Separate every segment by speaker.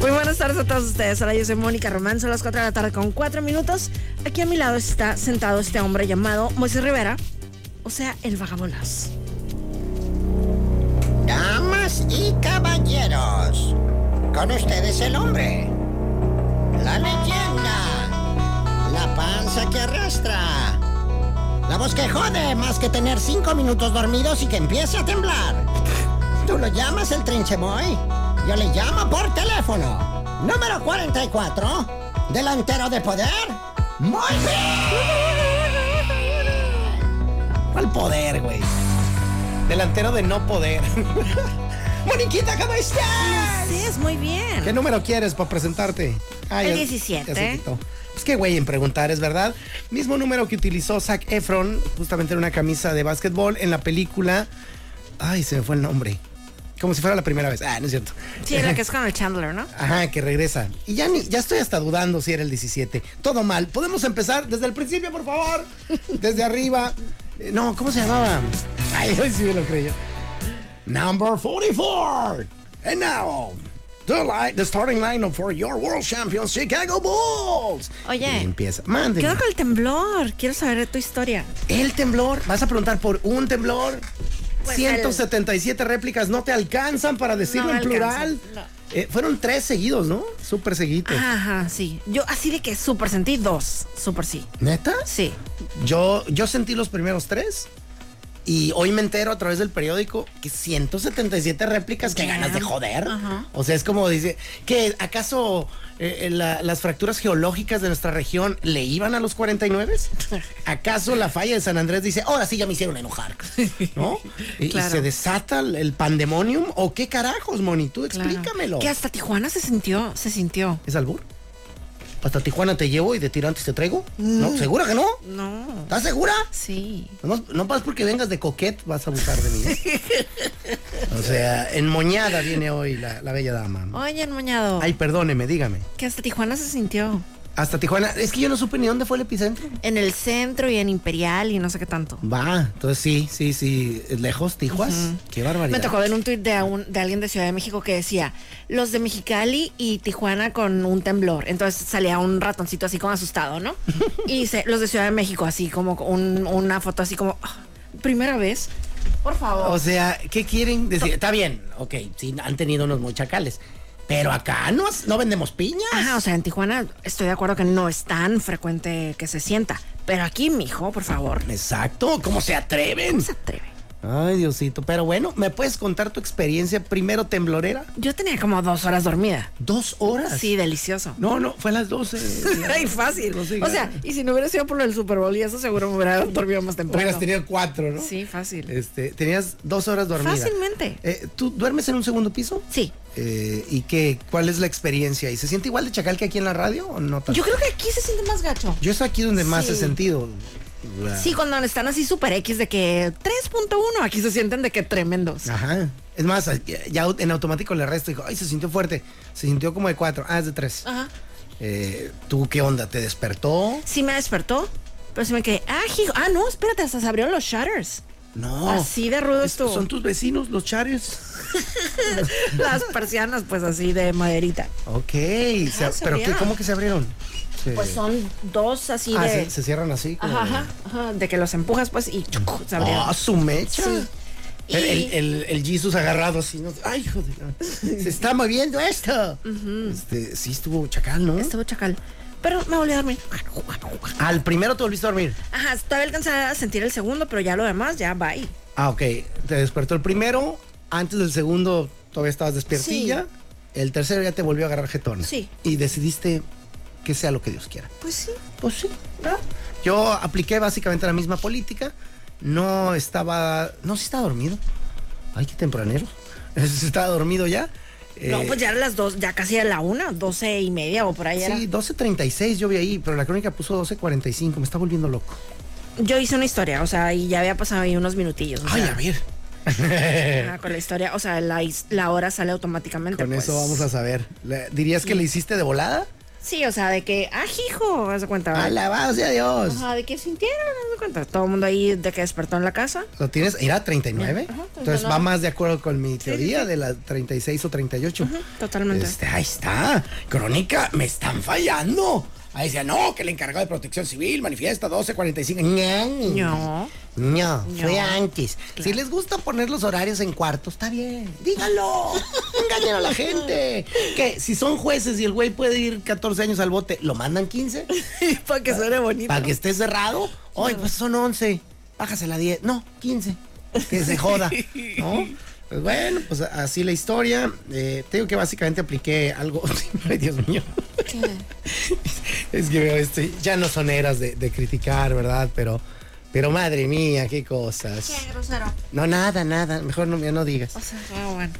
Speaker 1: Muy buenas tardes a todos ustedes. Hola, yo soy Mónica Román. Son las 4 de la tarde con 4 minutos. Aquí a mi lado está sentado este hombre llamado Moisés Rivera, o sea, el vagabolas.
Speaker 2: Damas y caballeros, con ustedes el hombre, la leyenda, la panza que arrastra, la voz que jode más que tener cinco minutos dormidos y que empiece a temblar. Tú lo llamas el trincheboy, yo le llamo por teléfono. Número 44, delantero de poder, muy ¿Cuál poder, güey? Delantero de no poder. Moniquita, ¿cómo estás?
Speaker 1: Sí, es muy
Speaker 3: ¿Qué
Speaker 1: bien.
Speaker 3: número quieres para presentarte? Ay,
Speaker 1: El
Speaker 3: ya-
Speaker 1: 17.
Speaker 3: ya se quitó. Pues qué güey en preguntar, es verdad. Mismo número que utilizó Zac Efron, justamente en una camisa de básquetbol, en la película. Ay, se me fue el nombre. Como si fuera la primera vez. Ah, no es cierto.
Speaker 1: Sí, la que es con el Chandler, ¿no?
Speaker 3: Ajá, que regresa. Y ya, ni, ya estoy hasta dudando si era el 17. Todo mal. ¿Podemos empezar desde el principio, por favor? Desde arriba. Eh, No, ¿cómo se llamaba? Ay, hoy sí me lo creyó. Number 44. And now, the, li- the starting lineup for your world champions, Chicago Bulls.
Speaker 1: Oye.
Speaker 3: Y empieza. Mande.
Speaker 1: Quedo con el temblor. Quiero saber de tu historia.
Speaker 3: El temblor. ¿Vas a preguntar por un temblor?
Speaker 1: Pues
Speaker 3: 177 réplicas no te alcanzan para decirlo
Speaker 1: No
Speaker 3: en plural.
Speaker 1: alcanzan, no.
Speaker 3: Eh, fueron tres seguidos, ¿no? Súper seguidos.
Speaker 1: Ajá, sí. Yo así de que súper sentí dos. Súper sí.
Speaker 3: ¿Neta?
Speaker 1: Sí.
Speaker 3: Yo, yo sentí los primeros tres. Y hoy me entero a través del periódico que 177 réplicas, que
Speaker 1: Ya.
Speaker 3: ganas de joder.
Speaker 1: Ajá.
Speaker 3: O sea, es como dice, que acaso eh, la- las fracturas geológicas de nuestra región le iban a los 49? ¿Acaso la falla de San Andrés dice, ahora sí ya me hicieron enojar? ¿No? Y, y
Speaker 1: Claro.
Speaker 3: se desata el, el pandemonium. ¿O qué carajos, Moni? Tú
Speaker 1: Claro.
Speaker 3: explícamelo.
Speaker 1: Que hasta Tijuana se sintió, se sintió.
Speaker 3: ¿Es albur? ¿Hasta Tijuana te llevo y de tirantes te traigo?
Speaker 1: Mm.
Speaker 3: ¿No? ¿Segura que no?
Speaker 1: No.
Speaker 3: ¿Estás segura?
Speaker 1: Sí.
Speaker 3: No, no más porque vengas de coquet vas a abusar de mí. ¿eh? o sea, enmoñada viene hoy la, la bella dama.
Speaker 1: Oye, enmoñado.
Speaker 3: Ay, perdóneme, dígame.
Speaker 1: Que hasta Tijuana se sintió.
Speaker 3: Hasta Tijuana. Es que yo no supe ni dónde fue el epicentro.
Speaker 1: En el centro y en Imperial y no sé qué tanto.
Speaker 3: Va, entonces sí, sí, sí. Lejos, Tijuas. Qué barbaridad.
Speaker 1: Me tocó ver un tuit de, un- de alguien de Ciudad de México que decía, los de Mexicali y Tijuana con un temblor. Entonces salía un ratoncito así como asustado, ¿no? Y dice, los de Ciudad de México así como con un- una foto así como, "Ah, primera vez, por favor.
Speaker 3: O sea, ¿qué quieren decir? Está bien, ok, sí, han tenido unos muy chacales. Pero acá no, no vendemos piñas.
Speaker 1: Ajá, o sea, en Tijuana estoy de acuerdo que no es tan frecuente que se sienta. Pero aquí, mijo, por favor, no
Speaker 3: Exacto, ¿cómo se atreven?
Speaker 1: se atreve.
Speaker 3: Ay, Diosito. Pero bueno, ¿me puedes contar tu experiencia primero temblorera?
Speaker 1: Yo tenía como dos horas dormida.
Speaker 3: ¿Dos horas?
Speaker 1: Sí, delicioso.
Speaker 3: No, no, fue a las 12.
Speaker 1: Ay, fácil.
Speaker 3: No sé,
Speaker 1: O sea,
Speaker 3: claro.
Speaker 1: y si no hubiera sido por lo del Super Bowl y eso, seguro me hubiera dormido más temprano.
Speaker 3: Hubieras tenido cuatro, ¿no?
Speaker 1: Sí, fácil.
Speaker 3: Este, tenías dos horas dormida.
Speaker 1: Fácilmente.
Speaker 3: Eh, ¿Tú duermes en un segundo piso?
Speaker 1: Sí.
Speaker 3: Eh, ¿Y qué? ¿Cuál es la experiencia? ¿Y se siente igual de chacal que aquí en la radio o no tanto?
Speaker 1: Yo creo que aquí se siente más gacho.
Speaker 3: Yo es aquí donde más
Speaker 1: Sí.
Speaker 3: he sentido. Ah.
Speaker 1: Sí, cuando están así super X de que 3.1, aquí se sienten de que tremendos.
Speaker 3: Ajá. Es más, ya au- en automático le resto. Dijo, ay, se sintió fuerte. Se sintió como de cuatro. Ah, es de tres.
Speaker 1: Ajá.
Speaker 3: Eh, ¿Tú qué onda? ¿Te despertó?
Speaker 1: Sí me despertó, pero sí me quedé, ah, hijo, ah, no, espérate, hasta se abrieron los shutters.
Speaker 3: No.
Speaker 1: Así de rudo
Speaker 3: Es-
Speaker 1: estuvo.
Speaker 3: Son tus vecinos, los chares.
Speaker 1: Las persianas, pues así de maderita.
Speaker 3: Ok. se-
Speaker 1: Ajá, Ah, se
Speaker 3: ¿Pero qué?
Speaker 1: abrieron.
Speaker 3: ¿Cómo que se abrieron? Se-
Speaker 1: Pues son dos así
Speaker 3: Ah,
Speaker 1: de.
Speaker 3: se, se cierran así. como-
Speaker 1: Ajá, ajá, ajá, de que los empujas, pues, y chucu, se abrieron.
Speaker 3: Ah, su mecha.
Speaker 1: Sí.
Speaker 3: El,
Speaker 1: Y-
Speaker 3: el, el- el Jesus agarrado así. ¿no? Ay, joder. Se está moviendo esto. Este, sí, estuvo chacal, ¿no?
Speaker 1: Estuvo chacal. Pero me volví a dormir.
Speaker 3: Al primero te volviste a dormir.
Speaker 1: Ajá, todavía alcancé a sentir el segundo, pero ya lo demás, ya bye.
Speaker 3: Ah, ok. Te despertó el primero. Antes del segundo todavía estabas despiertilla. El tercero ya te volvió a agarrar jetón.
Speaker 1: Sí.
Speaker 3: Y decidiste que sea lo que Dios quiera.
Speaker 1: Pues sí.
Speaker 3: Pues sí, ¿verdad? Yo apliqué básicamente la misma política. No estaba. No, sí estaba dormido. Ay, qué tempranero. Estaba dormido ya.
Speaker 1: no,
Speaker 3: Eh,
Speaker 1: pues ya eran las dos, ya casi a la una, doce y media o por ahí era.
Speaker 3: Sí, 12.36 yo vi ahí, pero la crónica puso 12.45. Me está volviendo loco.
Speaker 1: Yo hice una historia, o sea, y ya había pasado ahí unos minutillos. o
Speaker 3: Ay,
Speaker 1: sea,
Speaker 3: a ver.
Speaker 1: ajá, con la historia, o sea, la, his- la hora sale automáticamente.
Speaker 3: Con eso
Speaker 1: pues.
Speaker 3: vamos a saber. ¿Le- ¿Dirías que le hiciste de volada?
Speaker 1: Sí, o sea, de que, ah, hijo, haz de cuenta. ¿verdad?
Speaker 3: Alabado sea Dios.
Speaker 1: Ajá, de que sintieron, haz de cuenta. Todo el mundo ahí de que despertó en la casa.
Speaker 3: Lo tienes, era 39.
Speaker 1: Ajá,
Speaker 3: Entonces
Speaker 1: 39.
Speaker 3: va más de acuerdo con mi
Speaker 1: sí,
Speaker 3: teoría de la 36 o 38.
Speaker 1: totalmente.
Speaker 3: Este, ahí está. Crónica, me están fallando. Ahí decía, no, que el encargado de protección civil manifiesta 1245.
Speaker 1: No.
Speaker 3: No. No, fue
Speaker 1: No.
Speaker 3: antes. Si les gusta poner los horarios en cuartos, está bien. Díganlo. Engañen a la gente. Que si son jueces y el güey puede ir 14 años al bote, ¿lo mandan 15?
Speaker 1: Para que suene bonito.
Speaker 3: Para que esté cerrado. Hoy, pues son 11. Bájase la 10. No, 15. Que se joda. ¿No? Pues bueno, pues así la historia. Eh, te digo que básicamente apliqué algo. Ay, Dios mío. Es que veo este. Ya no son eras de, de criticar, ¿verdad? Pero, pero madre mía, qué cosas.
Speaker 1: Qué grosero.
Speaker 3: No, nada, nada. Mejor no, ya no digas.
Speaker 1: O sea, ah, bueno.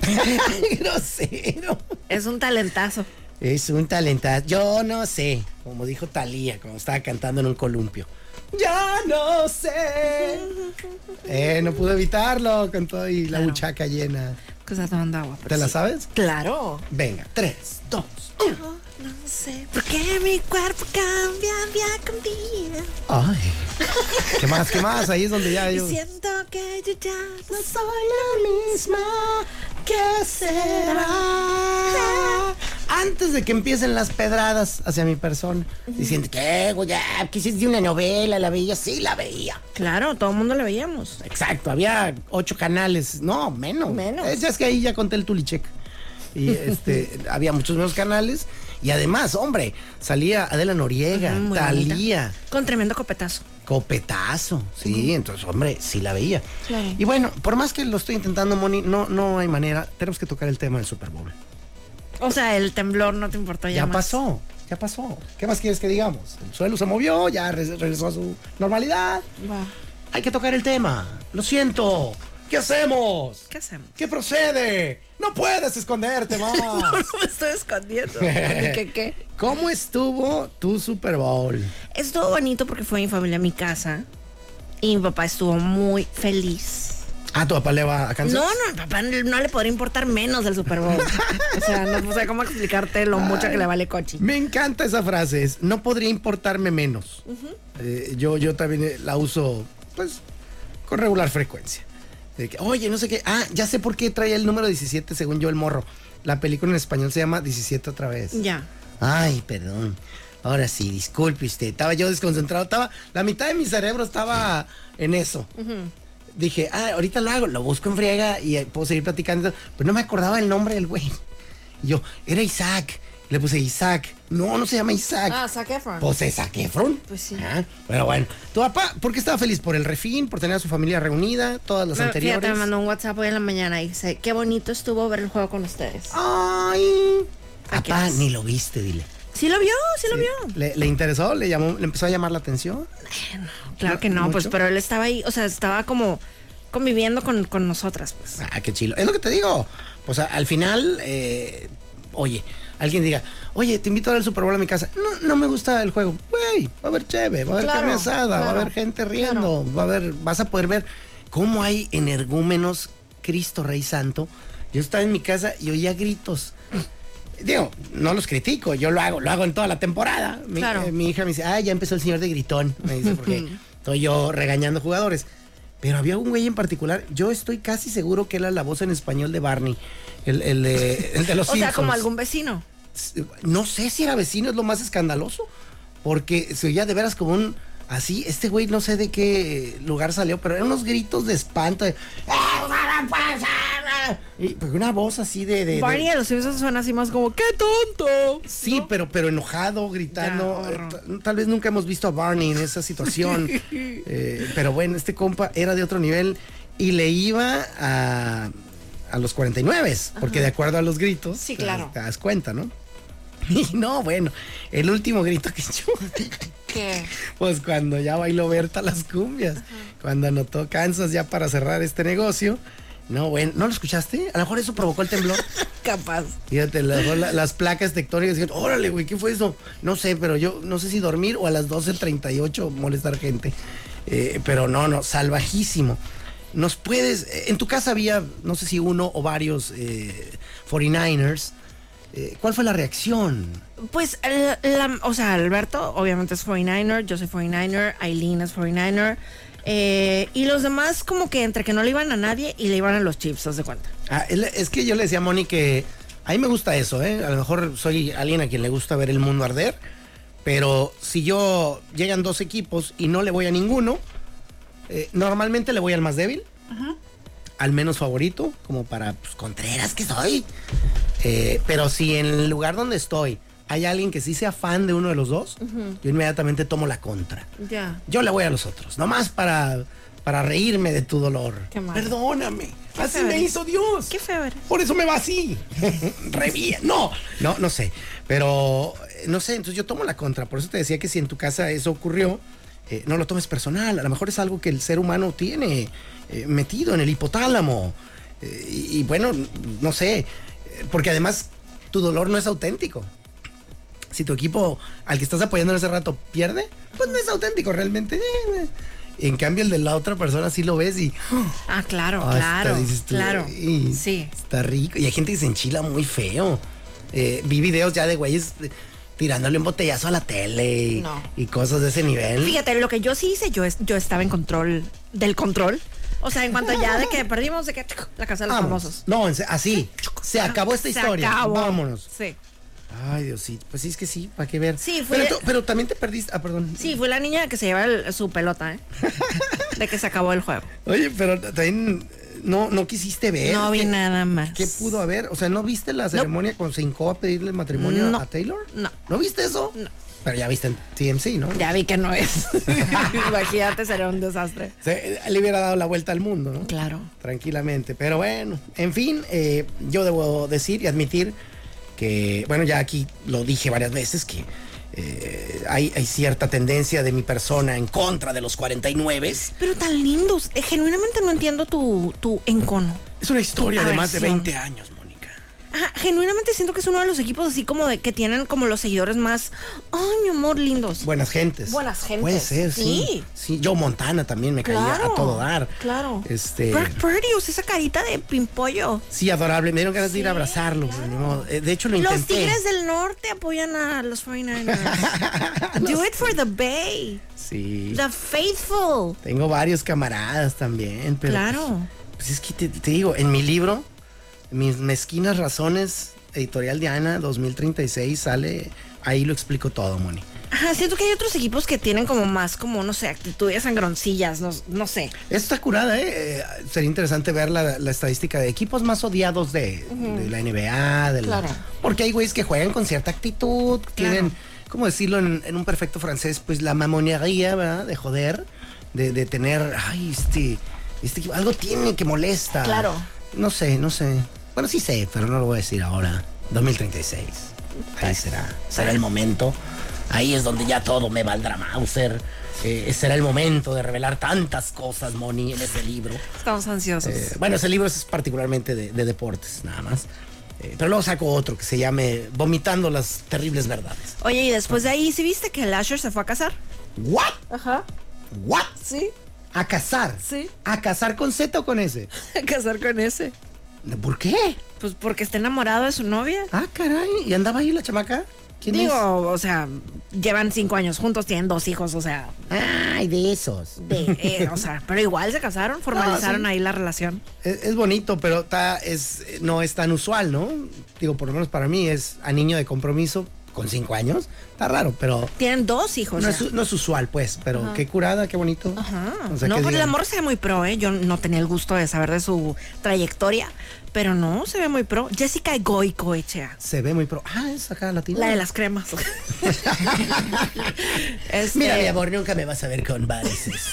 Speaker 3: Grosero.
Speaker 1: Es un talentazo.
Speaker 3: Es un talentazo. Yo no sé, como dijo Talía cuando estaba cantando en un columpio. Ya no sé. Eh, no pude evitarlo con todo y la
Speaker 1: Claro.
Speaker 3: buchaca llena.
Speaker 1: Que está tomando agua. pero
Speaker 3: ¿Te la
Speaker 1: sí.
Speaker 3: sabes?
Speaker 1: Claro.
Speaker 3: Venga, tres, dos, uno.
Speaker 1: No sé por qué mi cuerpo cambia día con día.
Speaker 3: Ay. ¿Qué más? ¿Qué más? Ahí es donde ya yo.
Speaker 1: Siento que yo ya no sé.
Speaker 3: soy la misma que será. Ah, Antes de que empiecen las pedradas hacia mi persona, diciendo que, "Eh, güey, ya, que hiciste una novela, la veía, sí, la veía.
Speaker 1: Claro, todo el mundo lo veíamos.
Speaker 3: Exacto, había ocho canales, no, menos.
Speaker 1: Menos.
Speaker 3: Es, es que ahí ya conté el Tulicheca. Y este, había muchos menos canales. Y además, hombre, salía Adela Noriega,
Speaker 1: Ujú, muy
Speaker 3: Talía,
Speaker 1: bonita. Con tremendo copetazo.
Speaker 3: Copetazo. Sí, entonces, hombre, sí la veía.
Speaker 1: Claro.
Speaker 3: Y bueno, por más que lo estoy intentando, Moni, no, no hay manera. Tenemos que tocar el tema del Super Bowl.
Speaker 1: O sea, el temblor no te importó ya.
Speaker 3: Ya
Speaker 1: más.
Speaker 3: pasó, ya pasó. ¿Qué más quieres que digamos? El suelo se movió, ya re- regresó a su normalidad.
Speaker 1: Va.
Speaker 3: Hay que tocar el tema. Lo siento. ¿Qué hacemos?
Speaker 1: ¿Qué hacemos?
Speaker 3: ¿Qué procede? No puedes esconderte,
Speaker 1: No,
Speaker 3: mamá.
Speaker 1: no me estoy escondiendo. ¿De qué qué?
Speaker 3: ¿Cómo estuvo tu Super Bowl?
Speaker 1: Estuvo bonito porque fue mi familia a mi casa. Y mi papá estuvo muy feliz.
Speaker 3: Ah, tu papá le va a
Speaker 1: No,
Speaker 3: Kansas.
Speaker 1: no, mi papá no le podría importar menos del Super Bowl. o sea, no sé cómo explicarte lo mucho que le vale Cochi.
Speaker 3: Me encanta esa frase. es, no podría importarme menos. Eh, yo, yo también eh, la uso, pues, con regular frecuencia. De que, Oye, no sé qué. Ah, ya sé por qué traía el número 17, según yo, el morro. La película en español se llama 17 otra vez.
Speaker 1: Ya.
Speaker 3: Ay, perdón. Ahora sí, disculpe usted. Estaba yo desconcentrado. Estaba, la mitad de mi cerebro estaba en eso. Dije, ah, ahorita lo hago. Lo busco en friega y eh, puedo seguir platicando. Pero no me acordaba el nombre del güey. Y yo, era Isaac. Le puse Isaac. No, no se llama Isaac.
Speaker 1: Ah, Zac Efron.
Speaker 3: Pues es Zac Efron.
Speaker 1: Pues sí.
Speaker 3: Ah, Pero bueno. ¿Tu papá por qué estaba feliz? ¿Por el refín? ¿Por tener a su familia reunida? ¿Todas las
Speaker 1: Me-
Speaker 3: anteriores?
Speaker 1: Fíjate, me mandó un WhatsApp hoy en la mañana y dice, qué bonito estuvo ver el juego con ustedes.
Speaker 3: Ay.
Speaker 1: Aquí
Speaker 3: Papá,
Speaker 1: es.
Speaker 3: ni lo viste, dile.
Speaker 1: Sí lo vio, sí lo vio.
Speaker 3: ¿Le, le interesó? ¿Le, llamó, ¿Le empezó a llamar la atención?
Speaker 1: Claro que no,
Speaker 3: ¿Mucho?
Speaker 1: pues, pero él estaba ahí, o sea, estaba como conviviendo con, con nosotras, pues.
Speaker 3: Ah, qué chilo. Es lo que te digo. Pues a- al final, eh, oye, alguien diga, oye, te invito a ver el Super Bowl a mi casa. No, no me gusta el juego. Güey, va a haber cheve, va a haber
Speaker 1: Claro,
Speaker 3: carne asada, va a
Speaker 1: claro,
Speaker 3: haber gente riendo, va a haber, vas a poder ver cómo hay energúmenos, Cristo Rey Santo. Yo estaba en mi casa y oía gritos. Digo, no los critico, yo lo hago, lo hago en toda la temporada. Mi,
Speaker 1: Claro.
Speaker 3: eh, mi hija me dice, ah, ya empezó el señor de gritón. Me dice, porque estoy yo regañando jugadores. Pero había un güey en particular, yo estoy casi seguro que era la voz en español de Barney, el, el de, el de los
Speaker 1: O sea, como
Speaker 3: Simpsons.
Speaker 1: algún vecino.
Speaker 3: No sé si era vecino, es lo más escandaloso, porque se oía de veras como un... Así, este güey no sé de qué lugar salió, pero eran unos gritos de espanto. de, "¡Ah, va a pasar!". Y, pues, una voz así de... de- de-
Speaker 1: Barney de los Simpsons suena así más como, ¡qué tonto!
Speaker 3: Sí, pero, pero enojado, gritando.
Speaker 1: Ya, horror.
Speaker 3: Eh, ta- tal vez nunca hemos visto a Barney en esa situación. Eh, pero bueno, este compa era de otro nivel y le iba a, a los 49, porque de acuerdo a los gritos,
Speaker 1: Sí,
Speaker 3: te-
Speaker 1: claro.
Speaker 3: te das cuenta, ¿no? Y no, bueno, el último grito que yo,
Speaker 1: ¿Qué?
Speaker 3: pues cuando ya bailó Berta las cumbias, cuando anotó Kansas ya para cerrar este negocio, no, bueno, ¿no lo escuchaste? A lo mejor eso provocó el temblor.
Speaker 1: Capaz.
Speaker 3: Fíjate, la- la- las placas tectónicas. dijeron, Órale, güey, ¿qué fue eso? No sé, pero yo no sé si dormir o a las 12.38 molestar gente. Eh, pero no, no, salvajísimo. Nos puedes. eh, En tu casa había, no sé si uno o varios eh, 49ers. Eh, ¿Cuál fue la reacción?
Speaker 1: Pues, el- la- o sea, Alberto obviamente es 49er, yo soy 49er, Aileen es 49er. eh, y los demás como que entre que no le iban a nadie y le iban a los chips, haz de cuenta.
Speaker 3: Ah, es la- es que yo le decía a Moni que a mí me gusta eso, ¿eh? A lo mejor soy alguien a quien le gusta ver el mundo arder, pero si yo llegan dos equipos y no le voy a ninguno, eh, normalmente le voy al más débil, al menos favorito, como para, pues, contreras que soy. Eh, pero si en el lugar donde estoy hay alguien que sí sea fan de uno de los dos, yo inmediatamente tomo la contra.
Speaker 1: Ya.
Speaker 3: Yo le voy a los otros, nomás para, para reírme de tu dolor.
Speaker 1: Qué mal.
Speaker 3: Perdóname. Así
Speaker 1: feo
Speaker 3: me
Speaker 1: eres.
Speaker 3: hizo Dios.
Speaker 1: Qué feo eres.
Speaker 3: Por eso me va así. Revía. No, no, no sé. Pero, eh, no sé, entonces yo tomo la contra. Por eso te decía que si en tu casa eso ocurrió, eh, no lo tomes personal. A lo mejor es algo que el ser humano tiene eh, metido en el hipotálamo. Eh, y, y bueno, no sé. eh, Porque además tu dolor no es auténtico. Si tu equipo al que estás apoyando en ese rato pierde, pues no es auténtico realmente. Eh, En cambio, el de la otra persona sí lo ves y...
Speaker 1: Ah, claro,
Speaker 3: Ah, está,
Speaker 1: claro.
Speaker 3: dices tú,
Speaker 1: Claro.
Speaker 3: "Ey,
Speaker 1: Sí.
Speaker 3: Está rico. Y hay gente que se enchila muy feo. Eh, vi videos ya de güeyes eh, tirándole un botellazo a la tele y,
Speaker 1: No.
Speaker 3: y cosas de ese nivel.
Speaker 1: Fíjate, lo que yo sí hice, yo, es- yo estaba en control del control. O sea, en cuanto ya de que perdimos, de que tsk, la casa de los
Speaker 3: Vámonos.
Speaker 1: famosos. ah,
Speaker 3: No, en se- así. Se acabó esta
Speaker 1: Se
Speaker 3: historia.
Speaker 1: acabó.
Speaker 3: Vámonos.
Speaker 1: Sí.
Speaker 3: Ay, Diosito. Pues sí, es que sí, para qué ver.
Speaker 1: Sí, fue-
Speaker 3: pero, tú- pero también te perdiste. Ah, perdón.
Speaker 1: Sí, fue la niña que se lleva el- su pelota, ¿eh? De que se acabó el juego.
Speaker 3: Oye, pero también eh, no, no quisiste ver.
Speaker 1: No vi
Speaker 3: Eh, ¿Qué-
Speaker 1: nada más.
Speaker 3: ¿Qué pudo haber? O sea, ¿no viste la ceremonia cuando se hincó a pedirle matrimonio
Speaker 1: No.
Speaker 3: a Taylor?
Speaker 1: No.
Speaker 3: ¿No viste eso?
Speaker 1: No.
Speaker 3: Pero ya viste en TMC, ¿no?
Speaker 1: Ya vi que no es. Imagínate, sería un desastre.
Speaker 3: Se- le hubiera dado la vuelta al mundo, ¿no?
Speaker 1: Claro.
Speaker 3: Tranquilamente. Pero bueno, en fin, eh, yo debo decir y admitir que, bueno, ya aquí lo dije varias veces, que eh, hay, hay cierta tendencia de mi persona en contra de los 49.
Speaker 1: Pero tan lindos. Eh, Genuinamente no entiendo tu, tu encono.
Speaker 3: Es una historia
Speaker 1: Ah,
Speaker 3: de más de
Speaker 1: Aversión.
Speaker 3: 20 años, Mónica.
Speaker 1: Ajá, genuinamente siento que es uno de los equipos así como de que tienen como los seguidores más. ¡Ay, mi amor, lindos!
Speaker 3: Buenas gentes.
Speaker 1: Buenas gentes.
Speaker 3: Puede ser, sí.
Speaker 1: Sí.
Speaker 3: Sí, yo Montana también me caía a todo dar.
Speaker 1: Claro.
Speaker 3: Este.
Speaker 1: Brock Purdy, o sea, esa carita de pimpollo.
Speaker 3: Sí, adorable. Me dieron ganas de ir a
Speaker 1: Sí,
Speaker 3: abrazarlo. pues, ni modo. Eh, De hecho, lo
Speaker 1: Los
Speaker 3: intenté.
Speaker 1: Tigres del Norte apoyan a los 49ers. Do it for the Bay.
Speaker 3: Sí.
Speaker 1: The Faithful.
Speaker 3: Tengo varios camaradas también, pero.
Speaker 1: Claro.
Speaker 3: Pues es que te, te digo, en mi libro, Mis Mezquinas Razones, Editorial Diana 2036, sale. Ahí lo explico todo, Moni.
Speaker 1: Ajá, siento que hay otros equipos que tienen como más, como, no sé, actitudes sangroncillas, no, no sé.
Speaker 3: Esto está curada, ¿eh? Eh, Sería interesante ver la, la estadística de equipos más odiados de, de la NBA, de la-
Speaker 1: Claro.
Speaker 3: Porque hay güeyes que juegan con cierta actitud, tienen, ¿cómo decirlo en, en un perfecto francés? Pues la mamonería, ¿verdad? De joder, de, de tener, ay, este, este equipo, algo tiene que molesta.
Speaker 1: Claro.
Speaker 3: Ah, No sé, no sé. Bueno, sí sé, pero no lo voy a decir ahora. 2036. Ahí será. Pues, Será el momento. Ahí es donde ya todo me valdrá Mauser. Eh, será el momento de revelar tantas cosas, Moni, en ese libro.
Speaker 1: Estamos ansiosos.
Speaker 3: Eh, bueno, ese libro es particularmente de, de deportes, nada más. Eh, pero luego saco otro que se llame Vomitando las terribles verdades.
Speaker 1: Oye, y después de ahí, ¿sí viste que el Asher se fue a casar?
Speaker 3: ¿What?
Speaker 1: Ajá,
Speaker 3: ¿What?
Speaker 1: sí.
Speaker 3: ¿A cazar?
Speaker 1: Sí.
Speaker 3: ¿A cazar con Z o con S?
Speaker 1: A casar con ese.
Speaker 3: ¿Por qué?
Speaker 1: Pues porque está enamorado de su novia.
Speaker 3: Ah, caray. ¿Y andaba ahí la chamaca? ¿Quién
Speaker 1: Digo, o sea, llevan cinco años juntos, tienen dos hijos, o sea,
Speaker 3: es? Ay, de esos.
Speaker 1: de, eh, o sea, pero igual se casaron, formalizaron
Speaker 3: sí.
Speaker 1: ahí la relación.
Speaker 3: Es, es bonito, pero ta- es, no es tan usual, ¿no? Digo, por lo menos para mí es a niño de compromiso con cinco años. Está raro, pero
Speaker 1: Tienen dos hijos.
Speaker 3: no,
Speaker 1: o
Speaker 3: es,
Speaker 1: sea.
Speaker 3: u- no es usual, pues. Pero qué curada, qué bonito.
Speaker 1: Ajá.
Speaker 3: O sea,
Speaker 1: no,
Speaker 3: que
Speaker 1: pero el
Speaker 3: digan,
Speaker 1: amor se ve muy pro, ¿eh? Yo no tenía el gusto de saber de su trayectoria, pero no, se ve muy pro. Jessica Goico Echea,
Speaker 3: Se ve muy pro. Ah, es acá latina.
Speaker 1: la de las cremas. Este,
Speaker 3: Mira, mi amor, nunca me vas a ver con varices.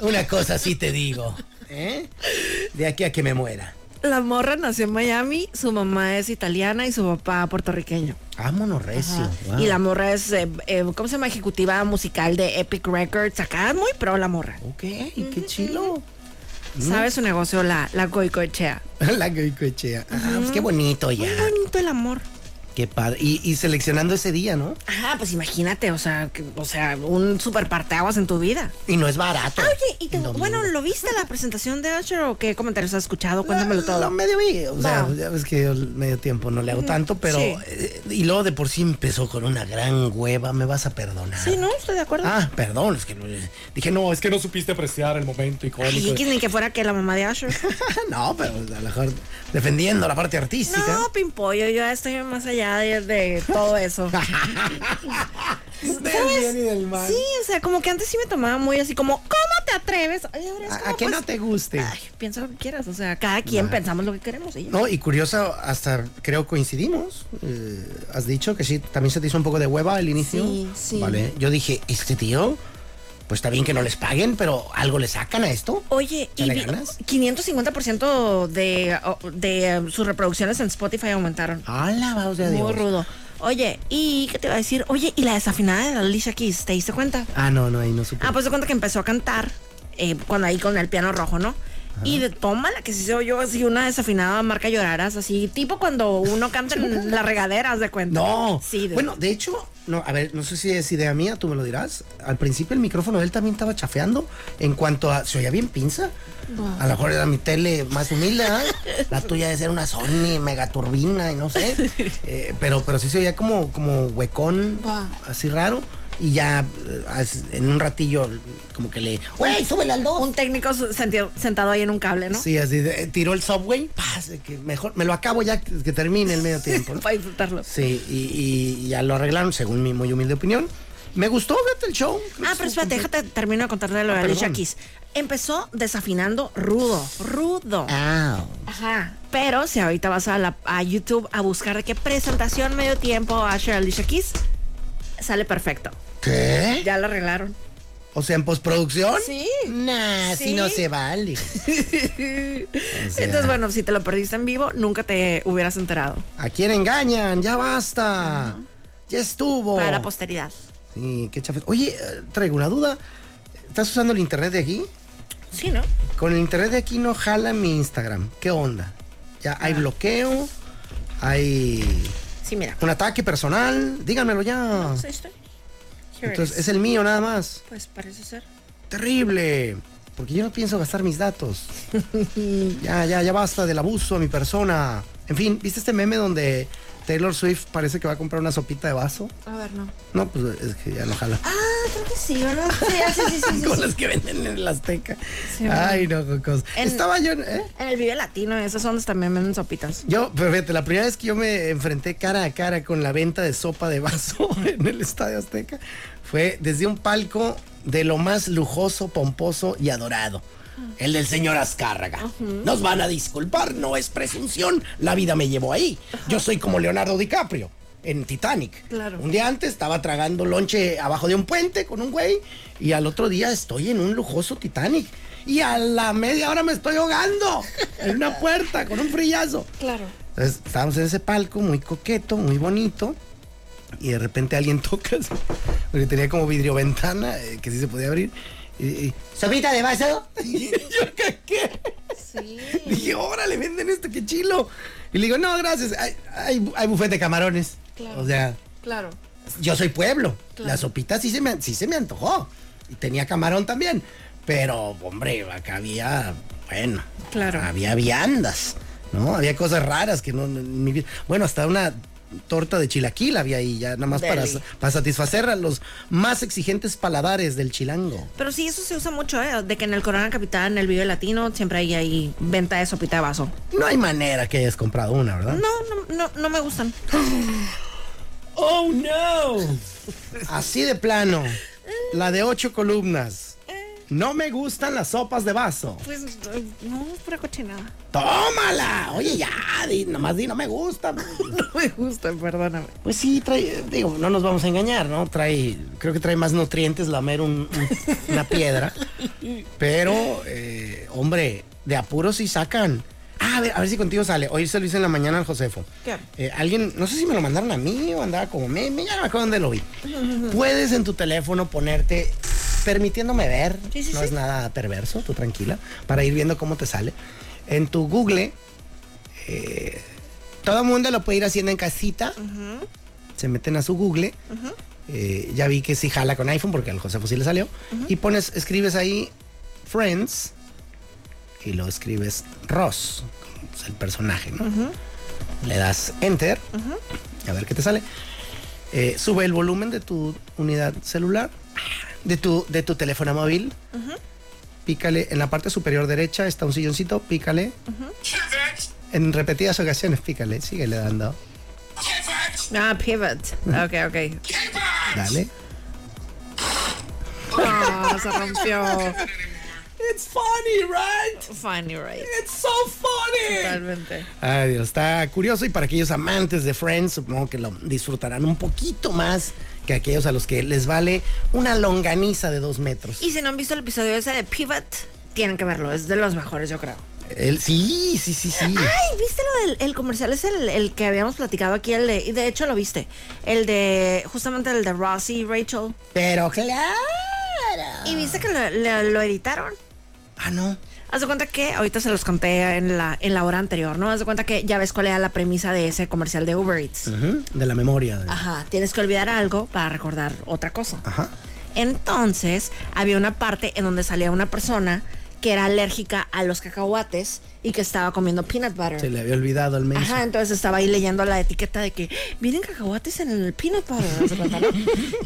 Speaker 3: Una cosa sí te digo. ¿eh? De aquí a que me muera.
Speaker 1: La morra nació en Miami, su mamá es italiana y su papá puertorriqueño.
Speaker 3: Vámonos, Ah, recio. wow.
Speaker 1: Y la morra es, eh, eh, ¿cómo se llama? Ejecutiva musical de Epic Records. Acá muy pro la morra.
Speaker 3: Ok, qué chilo.
Speaker 1: ¿Sabe su negocio? La, la goicoechea.
Speaker 3: La goicoechea. Ah, pues qué bonito ya.
Speaker 1: Muy bonito el amor.
Speaker 3: Qué padre. Y, y seleccionando ese día, ¿no?
Speaker 1: Ajá, pues imagínate, o sea, que- o sea, un super parteaguas en tu vida. Ah,
Speaker 3: Y no es barato.
Speaker 1: Oye, y te-
Speaker 3: Domingo.
Speaker 1: bueno, ¿lo viste la presentación de Usher o qué comentarios has escuchado? Cuéntamelo todo.
Speaker 3: Lo medio vi, o sea,
Speaker 1: Va.
Speaker 3: ya ves que yo el medio tiempo no le hago tanto, pero...
Speaker 1: sí.
Speaker 3: eh, y luego de por sí empezó con una gran hueva, me vas a perdonar.
Speaker 1: Sí, ¿no? Estoy de acuerdo.
Speaker 3: Ah, perdón, es que no- dije, no, es que no supiste apreciar el momento
Speaker 1: Ay,
Speaker 3: icónico.
Speaker 1: que ni que fuera que la mamá de Usher.
Speaker 3: no, pero a lo mejor defendiendo la parte artística.
Speaker 1: No, pimpollo, yo ya estoy más allá de, de todo eso.
Speaker 3: Del
Speaker 1: ¿Sabes?
Speaker 3: bien y del mal.
Speaker 1: Sí, o sea, como que antes sí me tomaba muy así como, ¿cómo te atreves? Ay, ahora es
Speaker 3: A,
Speaker 1: como,
Speaker 3: a que
Speaker 1: pues,
Speaker 3: no te guste.
Speaker 1: Ay, piensa lo que quieras, o sea, cada quien pensamos lo que queremos. y ya.
Speaker 3: No, y curioso, hasta creo coincidimos. Eh, has dicho que sí, también se te hizo un poco de hueva al inicio.
Speaker 1: Sí, sí.
Speaker 3: Vale, yo dije, este tío, pues está bien que no les paguen, pero algo le sacan a esto.
Speaker 1: Oye, y
Speaker 3: ¿Échale
Speaker 1: vi-
Speaker 3: ganas?
Speaker 1: 550% de, o- de eh, sus reproducciones en Spotify aumentaron.
Speaker 3: ¡Hala, vamos de
Speaker 1: Muy
Speaker 3: Dios!
Speaker 1: rudo. Oye, ¿y qué te iba a decir? Oye, ¿y la desafinada de la Alicia Keys? ¿Te diste cuenta?
Speaker 3: Ah, no, no, ahí no supe.
Speaker 1: Ah, pues de cuenta que empezó a cantar eh, cuando ahí con el piano rojo, ¿no? Y de tómala, que si se oyó así una desafinada marca llorarás, así tipo cuando uno canta en las regaderas de cuenta.
Speaker 3: No.
Speaker 1: Sí, de-
Speaker 3: Bueno, de hecho, no, a ver, no sé si es idea mía, tú me lo dirás. Al principio el micrófono de él también estaba chafeando en cuanto a. ¿Se oía bien pinza? A lo mejor era mi tele más humilde, ¿eh? La tuya debe ser una Sony megaturbina y no sé. Eh, pero, pero sí se oía como, como huecón,
Speaker 1: Va.
Speaker 3: así raro. Y ya eh, as- en un ratillo, como que le. ¡Güey, súbele al dos!
Speaker 1: Un técnico su- senti- sentado ahí en un cable, ¿no?
Speaker 3: Sí, así de- eh, tiró el subway. ¡paz! Que mejor, me lo acabo ya que que termine el medio tiempo. ¿no?
Speaker 1: Para disfrutarlo.
Speaker 3: Sí, y, y ya lo arreglaron, según mi muy humilde opinión. Me gustó, vete el show.
Speaker 1: Ah, pero espérate, déjate, termino de contarte lo de
Speaker 3: Ah,
Speaker 1: Alicia
Speaker 3: perdón.
Speaker 1: Keys. Empezó desafinando rudo, rudo.
Speaker 3: Ah,
Speaker 1: Ajá. Pero si ahorita vas a, la- a YouTube a buscar de qué presentación medio tiempo Asher Alicia Keys, sale perfecto.
Speaker 3: ¿qué?
Speaker 1: Ya lo arreglaron.
Speaker 3: O sea, en postproducción.
Speaker 1: Sí.
Speaker 3: Nah, si
Speaker 1: Sí.
Speaker 3: no se vale.
Speaker 1: Entonces, bueno, si te lo perdiste en vivo, nunca te hubieras enterado.
Speaker 3: ¿A quién engañan? Ya basta. Ya estuvo.
Speaker 1: Para la posteridad.
Speaker 3: Sí, qué chafa. Oye, eh, traigo una duda. ¿Estás usando el internet de aquí?
Speaker 1: Sí, ¿no?
Speaker 3: Con el internet de aquí no jala mi Instagram. ¿Qué onda? Ya hay
Speaker 1: Ah.
Speaker 3: bloqueo, hay
Speaker 1: Sí, mira.
Speaker 3: un ataque personal. Díganmelo ya.
Speaker 1: Pues ahí estoy. Here it
Speaker 3: Ah. Entonces,
Speaker 1: is.
Speaker 3: es el mío nada más.
Speaker 1: Pues parece ser.
Speaker 3: Terrible. Porque yo no pienso gastar mis datos. ya, ya, ya basta del abuso a mi persona. En fin, ¿viste este meme donde Taylor Swift parece que va a comprar una sopita de vaso?
Speaker 1: A ver, no.
Speaker 3: No, pues es que ya no jala.
Speaker 1: Ah, creo que sí, ¿verdad? Sí, ah, sí, sí, sí, sí,
Speaker 3: Con
Speaker 1: sí.
Speaker 3: las que venden en el Azteca.
Speaker 1: Sí, ¿verdad?
Speaker 3: Ay, no, qué cosa.
Speaker 1: En-
Speaker 3: Estaba yo. en- ¿eh?
Speaker 1: En el video latino, esas ondas también venden sopitas.
Speaker 3: Yo, pero fíjate, la primera vez que yo me enfrenté cara a cara con la venta de sopa de vaso en el Estadio Azteca fue desde un palco de lo más lujoso, pomposo y adorado. El del señor Azcárraga. Nos van a disculpar, no es presunción. La vida me llevó ahí. Yo soy como Leonardo DiCaprio en Titanic.
Speaker 1: Claro.
Speaker 3: Un día antes estaba tragando lonche abajo de un puente con un güey y al otro día estoy en un lujoso Titanic. Y a la media hora me estoy ahogando en una puerta con un frillazo.
Speaker 1: Claro.
Speaker 3: Entonces, estábamos en ese palco muy coqueto, muy bonito. Y de repente alguien toca, así, porque tenía como vidrio ventana, eh, que sí se podía abrir. Y, y, ¿Sopita de vaso? Y yo, ¿qué? qué?
Speaker 1: Sí.
Speaker 3: Dije, órale, venden esto, qué chilo. Y le digo, no, gracias, hay, hay, hay buffet de camarones.
Speaker 1: Claro.
Speaker 3: O sea,
Speaker 1: Claro.
Speaker 3: yo soy pueblo.
Speaker 1: Claro.
Speaker 3: La sopita sí se, me, sí se me antojó. Y tenía camarón también. Pero, hombre, acá había, bueno,
Speaker 1: Claro.
Speaker 3: había viandas, ¿no? Había cosas raras que no... no- ni vi- bueno, hasta una torta de chilaquil había ahí, ya nada más para,
Speaker 1: Deli.
Speaker 3: para satisfacer a los más exigentes paladares del chilango.
Speaker 1: Pero sí, eso se usa mucho, ¿eh? De que en el Corona Capital, en el video latino, siempre hay ahí venta de sopita de vaso.
Speaker 3: No hay manera que hayas comprado una, ¿verdad?
Speaker 1: No, no, no, no me gustan.
Speaker 3: ¡Oh, no! Así de plano. La de ocho columnas. No me gustan las sopas de vaso.
Speaker 1: Eh, Pues eh, no, es pura cochinada.
Speaker 3: ¡Tómala! Oye, ya, di, nomás di, no me gusta.
Speaker 1: No me gustan, perdóname.
Speaker 3: Pues sí, trae, digo, no nos vamos a engañar, ¿no? Trae, creo que trae más nutrientes lamer un- un- una piedra. Pero, eh, hombre, de apuros sí sacan. Ah, a ver, a ver si contigo sale. Hoy se lo hice en la mañana al Josefo.
Speaker 1: ¿Qué?
Speaker 3: Eh, alguien, no sé si me lo mandaron a mí o andaba como meme, ya no me acuerdo dónde lo vi. Puedes en tu teléfono ponerte permitiéndome ver,
Speaker 1: Sí, sí,
Speaker 3: no
Speaker 1: sí.
Speaker 3: es nada perverso, tú tranquila, para ir viendo cómo te sale. En tu Google, eh, todo el mundo lo puede ir haciendo en casita. Se meten a su Google. eh, ya vi que sí jala con iPhone porque al Josefo sí le salió. Y pones, escribes ahí Friends y lo escribes Ross, como, pues, el personaje, ¿no? Le das Enter, a ver qué te sale. Eh, sube el volumen de tu unidad celular, de tu, de tu teléfono móvil. Pícale en la parte superior derecha, está un silloncito, pícale. En repetidas ocasiones, pícale, síguele dando.
Speaker 1: Ah, pivot. Ok, ok.
Speaker 3: Dale.
Speaker 1: Ah, se rompió.
Speaker 3: It's funny, right?
Speaker 1: Funny, right.
Speaker 3: It's so funny.
Speaker 1: Totalmente.
Speaker 3: Ay, Dios, está curioso y para aquellos amantes de Friends, supongo que lo disfrutarán un poquito más que aquellos a los que les vale una longaniza de dos metros.
Speaker 1: Y si no han visto el episodio ese de Pivot, tienen que verlo. Es de los mejores, yo creo.
Speaker 3: El- sí, sí, sí, sí.
Speaker 1: Ay, ¿viste lo del el comercial? Es el, el que habíamos platicado aquí. El de, y de hecho, lo viste. El de, justamente el de Ross y Rachel.
Speaker 3: Pero claro.
Speaker 1: Y viste que lo, lo- lo editaron.
Speaker 3: Ah, no.
Speaker 1: Haz de cuenta que, ahorita se los conté en la, en la hora anterior, ¿no? Haz de cuenta que ya ves cuál era la premisa de ese comercial de Uber Eats.
Speaker 3: Ujú, De la memoria.
Speaker 1: Ajá, tienes que olvidar algo para recordar otra cosa.
Speaker 3: Ajá.
Speaker 1: Entonces, había una parte en donde salía una persona que era alérgica a los cacahuates y que estaba comiendo peanut butter.
Speaker 3: Se le había olvidado al menos.
Speaker 1: Ajá, entonces estaba ahí leyendo la etiqueta de que vienen cacahuates en el peanut butter. haz de cuenta, ¿no?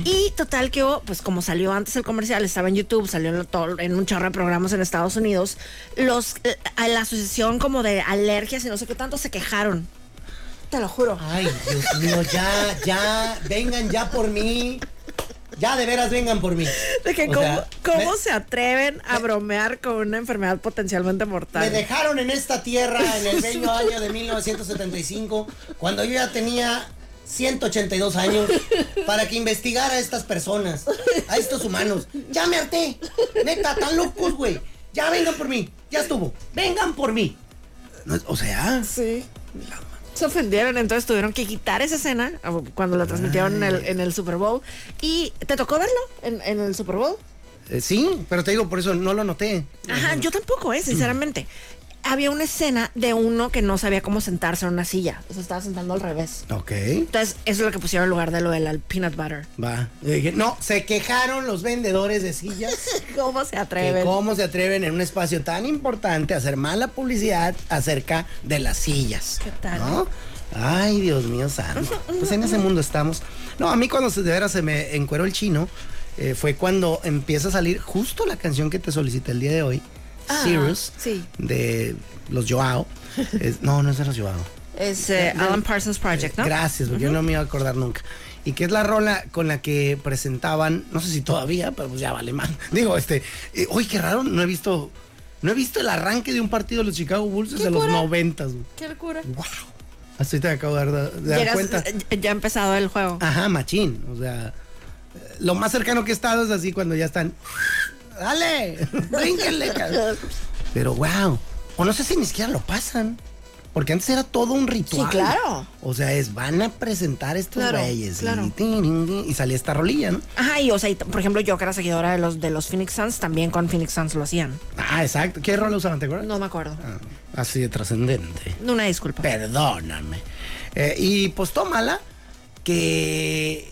Speaker 1: y total que, oh, pues como salió antes el comercial, estaba en YouTube, salió en, lo- todo- en un chorro de programas en Estados Unidos, los, eh, a la asociación como de alergias y no sé qué tanto se quejaron. Te lo juro.
Speaker 3: Ay, Dios mío, ya, ya, vengan ya por mí. Ya de veras vengan por mí.
Speaker 1: De que
Speaker 3: O
Speaker 1: cómo,
Speaker 3: sea,
Speaker 1: cómo
Speaker 3: me-
Speaker 1: se atreven a bromear con una enfermedad potencialmente mortal.
Speaker 3: Me dejaron en esta tierra en el bello año de 1975, cuando yo ya tenía 182 años, para que investigara a estas personas, a estos humanos. Ya me harté. Neta, tan locos, güey. Ya vengan por mí. Ya estuvo. Vengan por mí. No, o sea,
Speaker 1: Sí. Se ofendieron, entonces tuvieron que quitar esa escena o, cuando la transmitieron en el, en el Super Bowl. ¿Y te tocó verlo en, en el Super Bowl?
Speaker 3: eh, sí, pero te digo, por eso no lo noté.
Speaker 1: Ajá, yo tampoco, eh, sinceramente. Había una escena de uno que no sabía cómo sentarse en una silla. Se estaba sentando al revés.
Speaker 3: Ok.
Speaker 1: Entonces, eso es lo que pusieron en lugar de lo del al- peanut butter.
Speaker 3: Va. Yo dije, No, se quejaron los vendedores de sillas.
Speaker 1: ¿Cómo se
Speaker 3: que
Speaker 1: atreven?
Speaker 3: cómo se atreven en un espacio tan importante a hacer mala publicidad acerca de las sillas.
Speaker 1: ¿Qué tal?
Speaker 3: ¿no? Ay, Dios mío, santo. Pues en ese mundo estamos. No, a mí cuando se, de veras se me encueró el chino, eh, fue cuando empieza a salir justo la canción que te solicité el día de hoy,
Speaker 1: Ah,
Speaker 3: Cirrus,
Speaker 1: sí.
Speaker 3: de los Joao. Es- no, no es de los Joao.
Speaker 1: Es eh, Alan Parsons Project, ¿no?
Speaker 3: Gracias, porque yo no me iba a acordar nunca. Y que es la rola con la que presentaban, no sé si todavía, pero pues ya vale más. Digo, este, eh, uy, qué raro, no he visto, no he visto el arranque de un partido de los Chicago Bulls desde los noventas. güey.
Speaker 1: Qué locura.
Speaker 3: Wow. Así te acabo de dar, de dar
Speaker 1: Llegas-
Speaker 3: cuenta. Ah.
Speaker 1: eh, ya ha empezado el juego.
Speaker 3: Ajá, machín. O sea, eh, lo más cercano que he estado es así cuando ya están. ¡Dale! ¡Brínquenle, cabrón! Pero wow. O no sé si ni siquiera lo pasan. Porque antes era todo un ritual.
Speaker 1: Sí, claro.
Speaker 3: O sea, es van a presentar estos
Speaker 1: Claro,
Speaker 3: güeyes. y
Speaker 1: claro.
Speaker 3: tin, tin, tin, Y, salía esta rolilla, ¿no?
Speaker 1: Ajá, y o sea, y t- por ejemplo, yo que era seguidora de los de los Phoenix Suns, también con Phoenix Suns lo hacían.
Speaker 3: Ah, exacto. ¿Qué rol usaban? ¿Te acuerdas?
Speaker 1: No me acuerdo.
Speaker 3: Ah, así de trascendente.
Speaker 1: Una disculpa.
Speaker 3: Perdóname. Eh, y pues tómala, que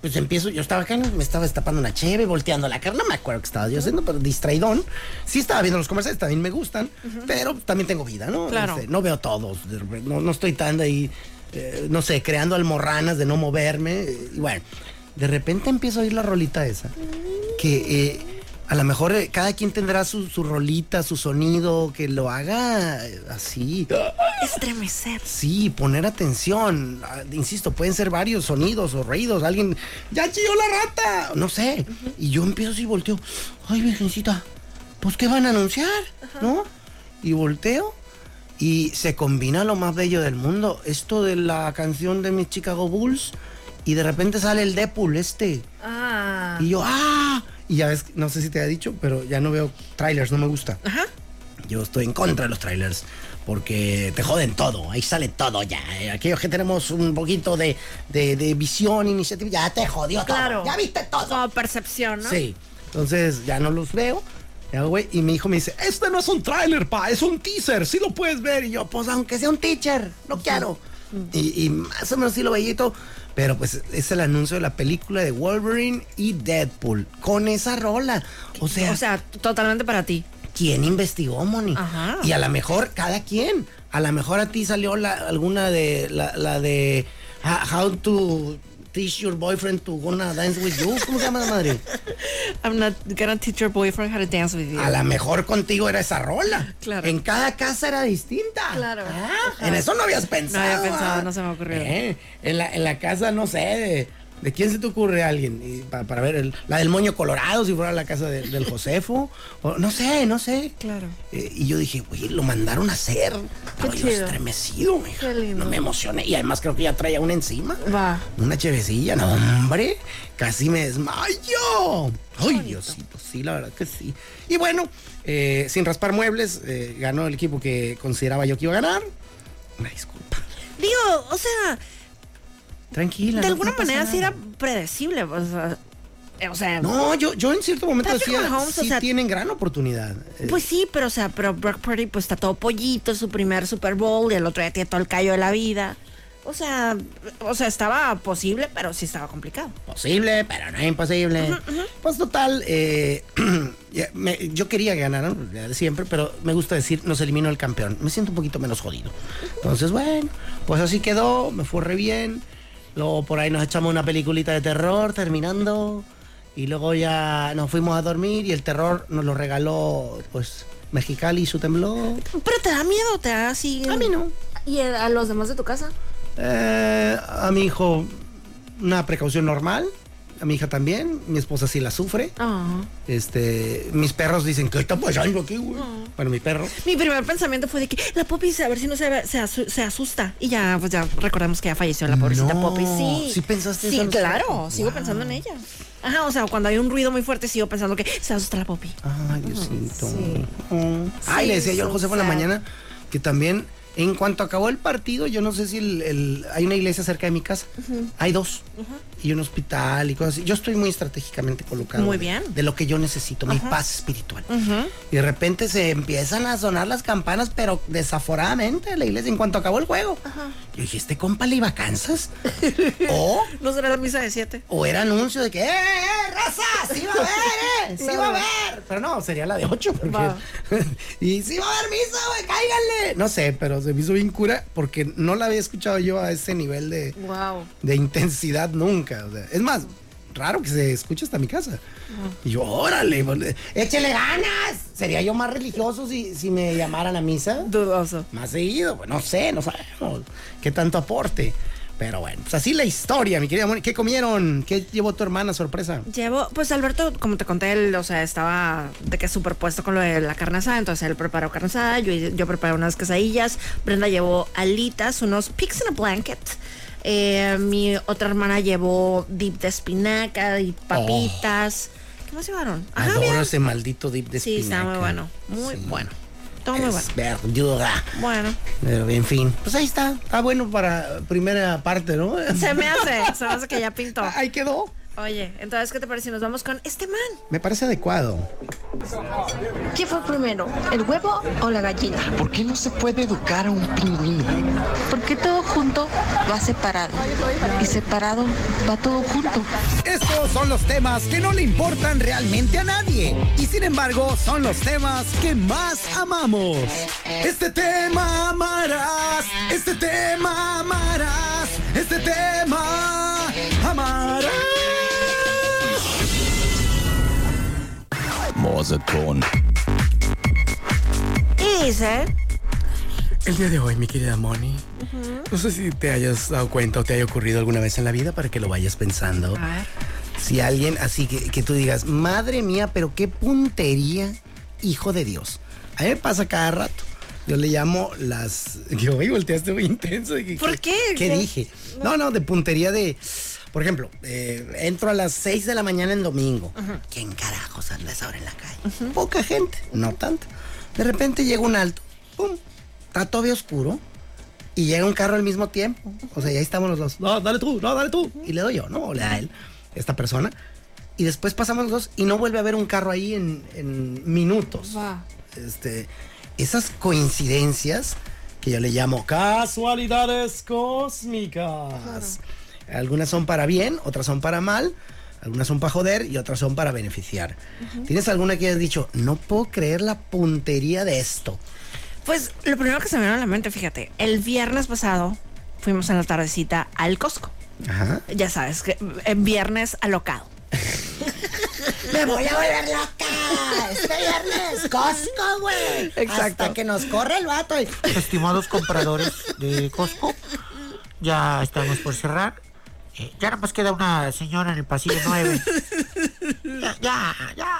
Speaker 3: pues empiezo, yo estaba acá, ¿no? me estaba destapando una cheve, volteando la carne, no me acuerdo qué estaba yo haciendo, pero distraidón. Sí estaba viendo los comerciales, también me gustan, pero también tengo vida, ¿no? Este,
Speaker 1: Claro.
Speaker 3: no veo todos, de repente, no, no estoy tan de ahí, eh, no sé, creando almorranas de no moverme. eh, y bueno, de repente empiezo a oír la rolita esa, que... eh, a lo mejor eh, cada quien tendrá su, su rolita, su sonido, que lo haga eh, así.
Speaker 1: Estremecer.
Speaker 3: Sí, poner atención. Ah, Insisto, pueden ser varios sonidos o reídos. Alguien, ya chilló la rata. No sé. Y yo empiezo así y volteo. Ay, virgencita, pues ¿qué van a anunciar? ¿No? Y volteo y se combina lo más bello del mundo. Esto de la canción de mis Chicago Bulls y de repente sale el Deadpool este.
Speaker 1: Ah.
Speaker 3: Y yo, ¡ah! Y ya ves, no sé si te había dicho, pero ya no veo trailers, no me gusta.
Speaker 1: Ajá.
Speaker 3: Yo estoy en contra de los trailers. porque te joden todo, ahí sale todo ya. Eh, Aquellos que tenemos un poquito de, de- de visión, iniciativa, ya te jodió todo.
Speaker 1: Claro.
Speaker 3: Ya viste todo.
Speaker 1: Como percepción, ¿no?
Speaker 3: Sí. Entonces ya no los veo. Ya, güey, y mi hijo me dice, este no es un tráiler, pa, es un teaser, sí lo puedes ver. Y yo, pues aunque sea un teacher, no quiero. Y, y más o menos sí lo veíto. Pero pues es el anuncio de la película de Wolverine y Deadpool. Con esa rola. O sea,
Speaker 1: O sea, totalmente para ti.
Speaker 3: ¿quién investigó, Moni?
Speaker 1: Ajá.
Speaker 3: Y a lo mejor cada quien. A lo mejor a ti salió la, alguna de la, la de ah, How to Teach Your Boyfriend to Gonna Dance with You. ¿Cómo se llama la madre?
Speaker 1: I'm not gonna teach your boyfriend how to dance with you.
Speaker 3: A lo mejor contigo era esa rola.
Speaker 1: Claro.
Speaker 3: En cada casa era distinta.
Speaker 1: Claro.
Speaker 3: Ah, En eso no habías pensado.
Speaker 1: había pensado,
Speaker 3: ah.
Speaker 1: no se me ocurrió.
Speaker 3: Eh, en, la, en la casa, no sé, de, de quién se te ocurre alguien. Y pa- para ver, el- la del moño colorado, si fuera la casa de- del Josefo. o no sé, no sé.
Speaker 1: Claro.
Speaker 3: Eh, y yo dije, güey, lo mandaron a hacer.
Speaker 1: Qué
Speaker 3: Pero yo
Speaker 1: chido.
Speaker 3: estremecido, mija.
Speaker 1: Qué lindo.
Speaker 3: No me emocioné. Y además creo que ya traía una encima.
Speaker 1: Va.
Speaker 3: Una chevecilla, no, hombre. Casi me desmayo. Ay, Diosito, sí, la verdad que sí. Y bueno, eh, sin raspar muebles, eh, ganó el equipo que consideraba yo que iba a ganar. Una disculpa.
Speaker 1: Digo, o sea,
Speaker 3: Tranquila.
Speaker 1: de
Speaker 3: no-
Speaker 1: alguna
Speaker 3: no pasa
Speaker 1: manera sí
Speaker 3: nada.
Speaker 1: era predecible. O sea, eh, o sea,
Speaker 3: No, yo, yo en cierto momento
Speaker 1: Patrick
Speaker 3: decía,
Speaker 1: Mahomes, o
Speaker 3: sí
Speaker 1: sea-
Speaker 3: tienen gran oportunidad. Eh,
Speaker 1: Pues sí, pero o sea, pero Brock Purdy pues está todo pollito, es su primer Super Bowl y el otro día tiene todo el callo de la vida. O sea, o sea, estaba posible, pero sí estaba complicado.
Speaker 3: Posible, pero no imposible. Pues total, eh, ya me- yo quería ganar ¿no? Ya de siempre, pero me gusta decir, nos eliminó el campeón. Me siento un poquito menos jodido. Entonces, bueno, pues así quedó, me fue re bien. Luego por ahí nos echamos una peliculita de terror terminando. Y luego ya nos fuimos a dormir y el terror nos lo regaló, pues, Mexicali y su temblor.
Speaker 1: Pero te da miedo, te da así.
Speaker 3: A mí no.
Speaker 1: ¿Y a los demás de tu casa?
Speaker 3: Eh, a mi hijo, una precaución normal. A mi hija también. Mi esposa sí la sufre.
Speaker 1: Ah.
Speaker 3: Este, mis perros dicen, ¿qué está pasando aquí, güey? Bueno, mi perro.
Speaker 1: Mi primer pensamiento fue de que la Popis, a ver si no se, se, asu- se asusta. Y ya, pues ya recordemos que ya falleció la pobrecita
Speaker 3: No,
Speaker 1: Popis. Sí,
Speaker 3: ¿sí pensaste
Speaker 1: Sí,
Speaker 3: eso?
Speaker 1: claro,
Speaker 3: Wow.
Speaker 1: sigo pensando en ella. Ajá, o sea, cuando hay un ruido muy fuerte, sigo pensando que se asusta la Popi.
Speaker 3: Ay, Diosito.
Speaker 1: Sí.
Speaker 3: Mm. Ay,
Speaker 1: Sí,
Speaker 3: le decía yo al
Speaker 1: so
Speaker 3: José en la
Speaker 1: sad.
Speaker 3: mañana que también, en cuanto acabó el partido, yo no sé si el- el- hay una iglesia cerca de mi casa. Hay dos. Y un hospital y cosas así. Yo estoy muy estratégicamente colocado.
Speaker 1: Muy
Speaker 3: de-
Speaker 1: bien.
Speaker 3: De, lo que yo necesito, mi paz espiritual. Y de repente se empiezan a sonar las campanas, pero desaforadamente en la iglesia, en cuanto acabó el juego. Yo dije, ¿este compa le iba a Kansas? o,
Speaker 1: ¿No será la misa de siete?
Speaker 3: o era anuncio de que, ¡eh, eh, raza! ¡Sí va a haber, eh! ¡Sí va a haber! Pero no, sería la de ocho, porque...
Speaker 1: Va.
Speaker 3: y sí va a haber misa, güey, cáiganle. No sé, pero se me hizo bien cura porque no la había escuchado yo a ese nivel de,
Speaker 1: Wow.
Speaker 3: de intensidad nunca. o sea, es más, raro que se escuche hasta mi casa. Y yo, órale, vale, échele ganas. Sería yo más religioso si, si me llamaran a misa.
Speaker 1: Dudoso.
Speaker 3: Más seguido, pues no sé, no sabemos qué tanto aporte. Pero bueno, pues así la historia, mi querida Moni. ¿Qué comieron? ¿Qué llevó tu hermana sorpresa?
Speaker 1: Llevo, pues Alberto, como te conté, él, o sea, estaba de que superpuesto con lo de la carne asada, entonces él preparó carne asada, yo, yo preparé unas quesadillas, Brenda llevó alitas, unos pigs in a blanket, eh, mi otra hermana llevó dip de espinaca y papitas. ¿Qué más llevaron?
Speaker 3: Adoro
Speaker 1: bien.
Speaker 3: ese maldito dip de
Speaker 1: Ah, Sí, está muy bueno, muy bueno, todo muy bueno.
Speaker 3: Es verdura.
Speaker 1: Bueno,
Speaker 3: Pero en fin, pues ahí está. Está bueno para primera parte, ¿no?
Speaker 1: se me hace, se me hace que ya pintó.
Speaker 3: Ahí quedó.
Speaker 1: Oye, entonces, ¿qué te parece si nos vamos con este man?
Speaker 3: Me parece adecuado.
Speaker 4: ¿Qué fue primero, el huevo o la gallina?
Speaker 5: ¿Por qué no se puede educar a un pingüino?
Speaker 4: Porque todo junto va separado y separado va todo junto.
Speaker 6: Estos son los temas que no le importan realmente a nadie y sin embargo son los temas que más amamos. Este tema amarás, este tema amarás, este tema amarás.
Speaker 7: Morse Ton.
Speaker 1: Y dice...
Speaker 3: El día de hoy, mi querida Moni, no sé si te hayas dado cuenta o te haya ocurrido alguna vez en la vida para que lo vayas pensando.
Speaker 1: A ver.
Speaker 3: Si alguien así que, que tú digas, madre mía, pero qué puntería, hijo de Dios. A mí me pasa cada rato. Yo le llamo las. Que hoy volteaste muy intenso. dije,
Speaker 1: ¿Por qué?
Speaker 3: ¿Qué
Speaker 1: ¿Qué?
Speaker 3: dije? No, no, de puntería de. Por ejemplo, eh, entro a las 6 de la mañana en domingo. ¿Quién carajos anda a esa hora en la calle? Poca gente, no tanto. De repente llega un alto. ¡Pum! está todavía oscuro y llega un carro al mismo tiempo. O sea, y ahí estamos los dos. No, dale tú, no, dale tú. Y le doy yo, ¿no? O le da él, esta persona. Y después pasamos los dos y no vuelve a haber un carro ahí en, en minutos.
Speaker 1: Va.
Speaker 3: Este, esas coincidencias que yo le llamo casualidades cósmicas. Algunas son para bien, otras son para mal, algunas son para joder y otras son para beneficiar. ¿Tienes alguna que hayas dicho, no puedo creer la puntería de esto?
Speaker 1: Pues lo primero que se me vino a la mente, fíjate, el viernes pasado fuimos en la tardecita al Costco.
Speaker 3: Ajá.
Speaker 1: Ya sabes, que en viernes alocado.
Speaker 2: ¡Me voy a volver loca! Este viernes, Costco, güey.
Speaker 3: Exacto.
Speaker 2: Hasta que nos corre el vato. y-
Speaker 7: Estimados compradores de Costco, ya estamos por cerrar. Eh, ya nada más queda una señora en el pasillo 9. Ya, ya, ya.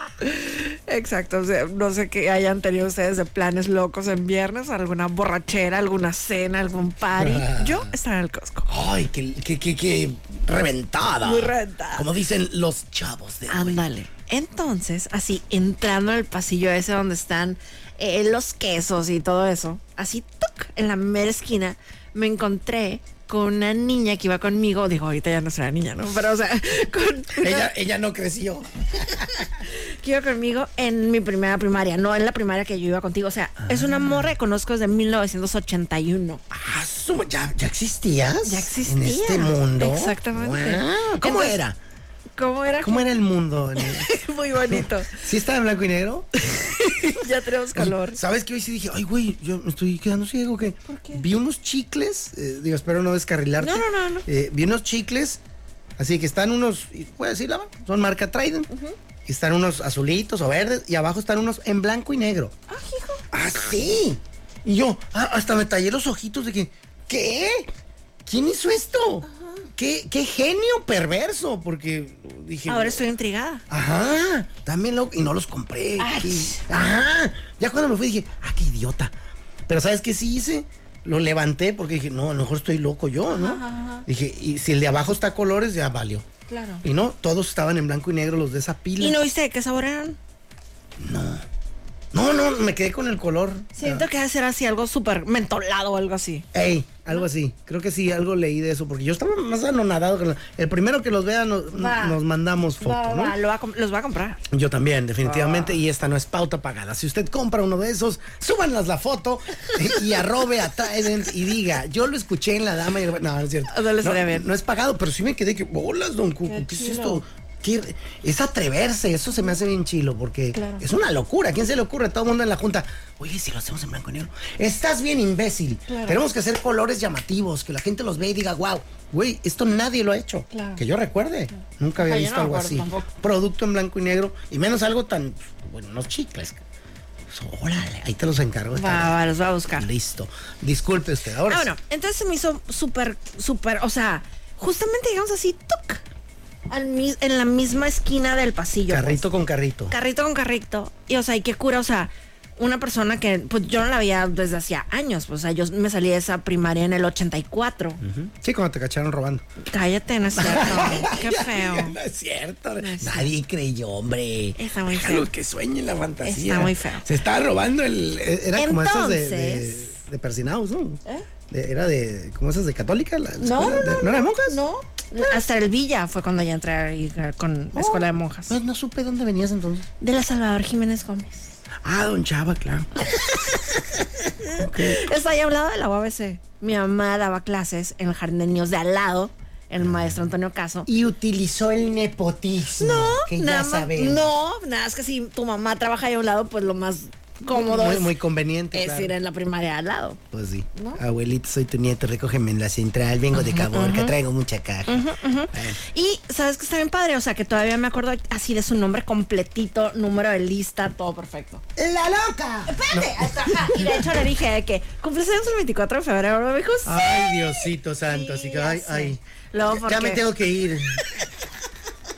Speaker 1: Exacto, o sea, no sé qué hayan tenido ustedes de planes locos en viernes, alguna borrachera, alguna cena, algún party. Yo estaba en el Costco.
Speaker 3: Ay, qué, qué, qué, qué reventada.
Speaker 1: Muy reventada.
Speaker 3: Como dicen los chavos de...
Speaker 1: Ándale. Entonces, así entrando en el pasillo ese donde están eh, los quesos y todo eso, así ¡tuc! en la mera esquina me encontré con una niña que iba conmigo. Digo, ahorita ya no será niña, ¿no? Pero, o sea, con una-
Speaker 3: Ella, ella no creció.
Speaker 1: que iba conmigo en mi primera primaria, no en la primaria que yo iba contigo. O sea, es una morra que conozco desde 1981.
Speaker 3: Ah, su- ya, ya existías.
Speaker 1: Ya existía.
Speaker 3: En este mundo.
Speaker 1: Exactamente.
Speaker 3: Wow. ¿Cómo
Speaker 1: Entonces-
Speaker 3: era?
Speaker 1: ¿Cómo era?
Speaker 3: ¿Cómo era el mundo?
Speaker 1: Muy bonito.
Speaker 3: ¿Sí estaba en blanco y negro?
Speaker 1: ya tenemos calor.
Speaker 3: ¿Sabes qué? Hoy sí dije, ay, güey, yo me estoy quedando ciego. ¿qué?
Speaker 1: ¿Por qué?
Speaker 3: Vi unos chicles, eh, digo, espero no descarrilarte.
Speaker 1: No, no, no, no.
Speaker 3: Eh, vi unos chicles, así que están unos, voy a decir la marca, son marca Trident. Y Están unos azulitos o verdes y abajo están unos en blanco y negro.
Speaker 1: Ah, hijo.
Speaker 3: ¡Así! Y yo, ah, hasta me tallé los ojitos de que, ¿qué? ¿Quién hizo esto? ¿Qué, qué genio perverso, porque dije...
Speaker 1: Ahora estoy intrigada.
Speaker 3: Ajá, también loco. Y no los compré.
Speaker 1: Ay.
Speaker 3: qué- Ajá. Ya cuando me fui dije, ah, qué idiota. Pero ¿sabes qué sí hice? Lo levanté porque dije, no, a lo mejor estoy loco yo, ¿no? Dije, y si el de abajo está a colores, ya valió.
Speaker 1: Claro.
Speaker 3: Y no, todos estaban en blanco y negro los de esa pila.
Speaker 1: ¿Y no viste de qué sabor eran?
Speaker 3: no, no, me quedé con el color.
Speaker 1: Siento que va a ser así algo súper mentolado o algo así.
Speaker 3: Ey, algo así. Creo que sí, algo leí de eso, porque yo estaba más anonadado. con la- El primero que los vea no-
Speaker 1: Va.
Speaker 3: nos mandamos foto,
Speaker 1: Va,
Speaker 3: ¿no?
Speaker 1: va, lo va a com- los va a comprar.
Speaker 3: Yo también, definitivamente, y esta no es pauta pagada. Si usted compra uno de esos, súbanlas la foto y arrobe a Trident y diga, yo lo escuché en La Dama y el... No, no es cierto.
Speaker 1: No lo estaría bien.
Speaker 3: no es pagado, pero sí me quedé que, bolas, don Cuco, ¿qué,
Speaker 1: Qué
Speaker 3: es
Speaker 1: chilo.
Speaker 3: esto? ¿Qué- Es atreverse, eso se me hace bien chilo, porque
Speaker 1: Claro.
Speaker 3: es una locura. ¿A ¿Quién se le ocurre? Todo el mundo en la junta. Oye, si lo hacemos en blanco y negro. Estás bien imbécil.
Speaker 1: Claro.
Speaker 3: Tenemos que hacer colores llamativos, que la gente los ve y diga, wow, güey, esto nadie lo ha hecho.
Speaker 1: Claro.
Speaker 3: Que yo recuerde. Nunca había
Speaker 1: Ay, yo no
Speaker 3: visto
Speaker 1: me
Speaker 3: algo
Speaker 1: acuerdo
Speaker 3: así.
Speaker 1: tampoco.
Speaker 3: Producto en blanco y negro. Y menos algo tan. Bueno, unos chicles. So, Órale, ahí te los encargo. de
Speaker 1: Va,
Speaker 3: tarea.
Speaker 1: va, los va a buscar.
Speaker 3: Listo. Disculpe usted. Ahora.
Speaker 1: Ah,
Speaker 3: sí.
Speaker 1: bueno, entonces se me hizo súper, súper, o sea, justamente llegamos así, ¡tuc! al mis- en la misma esquina del pasillo.
Speaker 3: Carrito con carrito.
Speaker 1: pues. Carrito con carrito. Y, o sea, y qué cura, o sea, una persona que, pues yo no la veía desde hacía años, pues, o sea, yo me salí de esa primaria en el 84.
Speaker 3: Ujú. Sí, cuando te cacharon robando.
Speaker 1: Cállate, no es cierto. qué feo.
Speaker 3: no es cierto.
Speaker 1: es
Speaker 3: Nadie creyó, hombre.
Speaker 1: Está muy
Speaker 3: Déjalo
Speaker 1: feo.
Speaker 3: que sueñe la fantasía.
Speaker 1: Está muy feo.
Speaker 3: Se estaba robando el. eh, Era como esas de. de,
Speaker 1: Entonces- ¿Eh?
Speaker 3: de persinados, ¿no? De- Era de. ¿Cómo esas de católica? la
Speaker 1: No, no,
Speaker 3: escuela? De-
Speaker 1: no.
Speaker 3: ¿No era de monjas?
Speaker 1: No. Hasta el Villa fue cuando ya entré ahí, eh, con la escuela de monjas.
Speaker 3: Pues No, no supe dónde venías entonces.
Speaker 1: De la Salvador Jiménez Gómez.
Speaker 3: Ah, don Chava, claro.
Speaker 1: Está ahí hablado de la UABC. Mi mamá daba clases en el jardín de niños de al lado, el maestro Antonio Caso.
Speaker 3: Ah. Y utilizó el nepotismo.
Speaker 1: No,
Speaker 3: que
Speaker 1: nada
Speaker 3: ya
Speaker 1: más-
Speaker 3: sabemos.
Speaker 1: No, nada, es que si tu mamá trabaja ahí a un lado, pues lo más cómodo
Speaker 3: Muy,
Speaker 1: es,
Speaker 3: muy conveniente.
Speaker 1: es
Speaker 3: claro.
Speaker 1: ir en la primaria de al lado.
Speaker 3: Pues sí. Abuelito, soy tu nieto, recógeme en la central. Vengo de Caborca, traigo mucha caja.
Speaker 1: Y sabes que está bien padre, o sea que todavía me acuerdo así de su nombre completito, número de lista, todo perfecto.
Speaker 2: ¡La loca!
Speaker 1: Espérate, hasta- ajá, y de hecho le dije de que cumples años el 24 de febrero, me dijo, sí.
Speaker 3: Ay, Diosito santo. Ah, así que,
Speaker 1: ya
Speaker 3: ay,
Speaker 1: sé.
Speaker 3: ay.
Speaker 1: Luego,
Speaker 3: Ya-
Speaker 1: ¿por
Speaker 3: ya
Speaker 1: qué?
Speaker 3: me tengo que ir.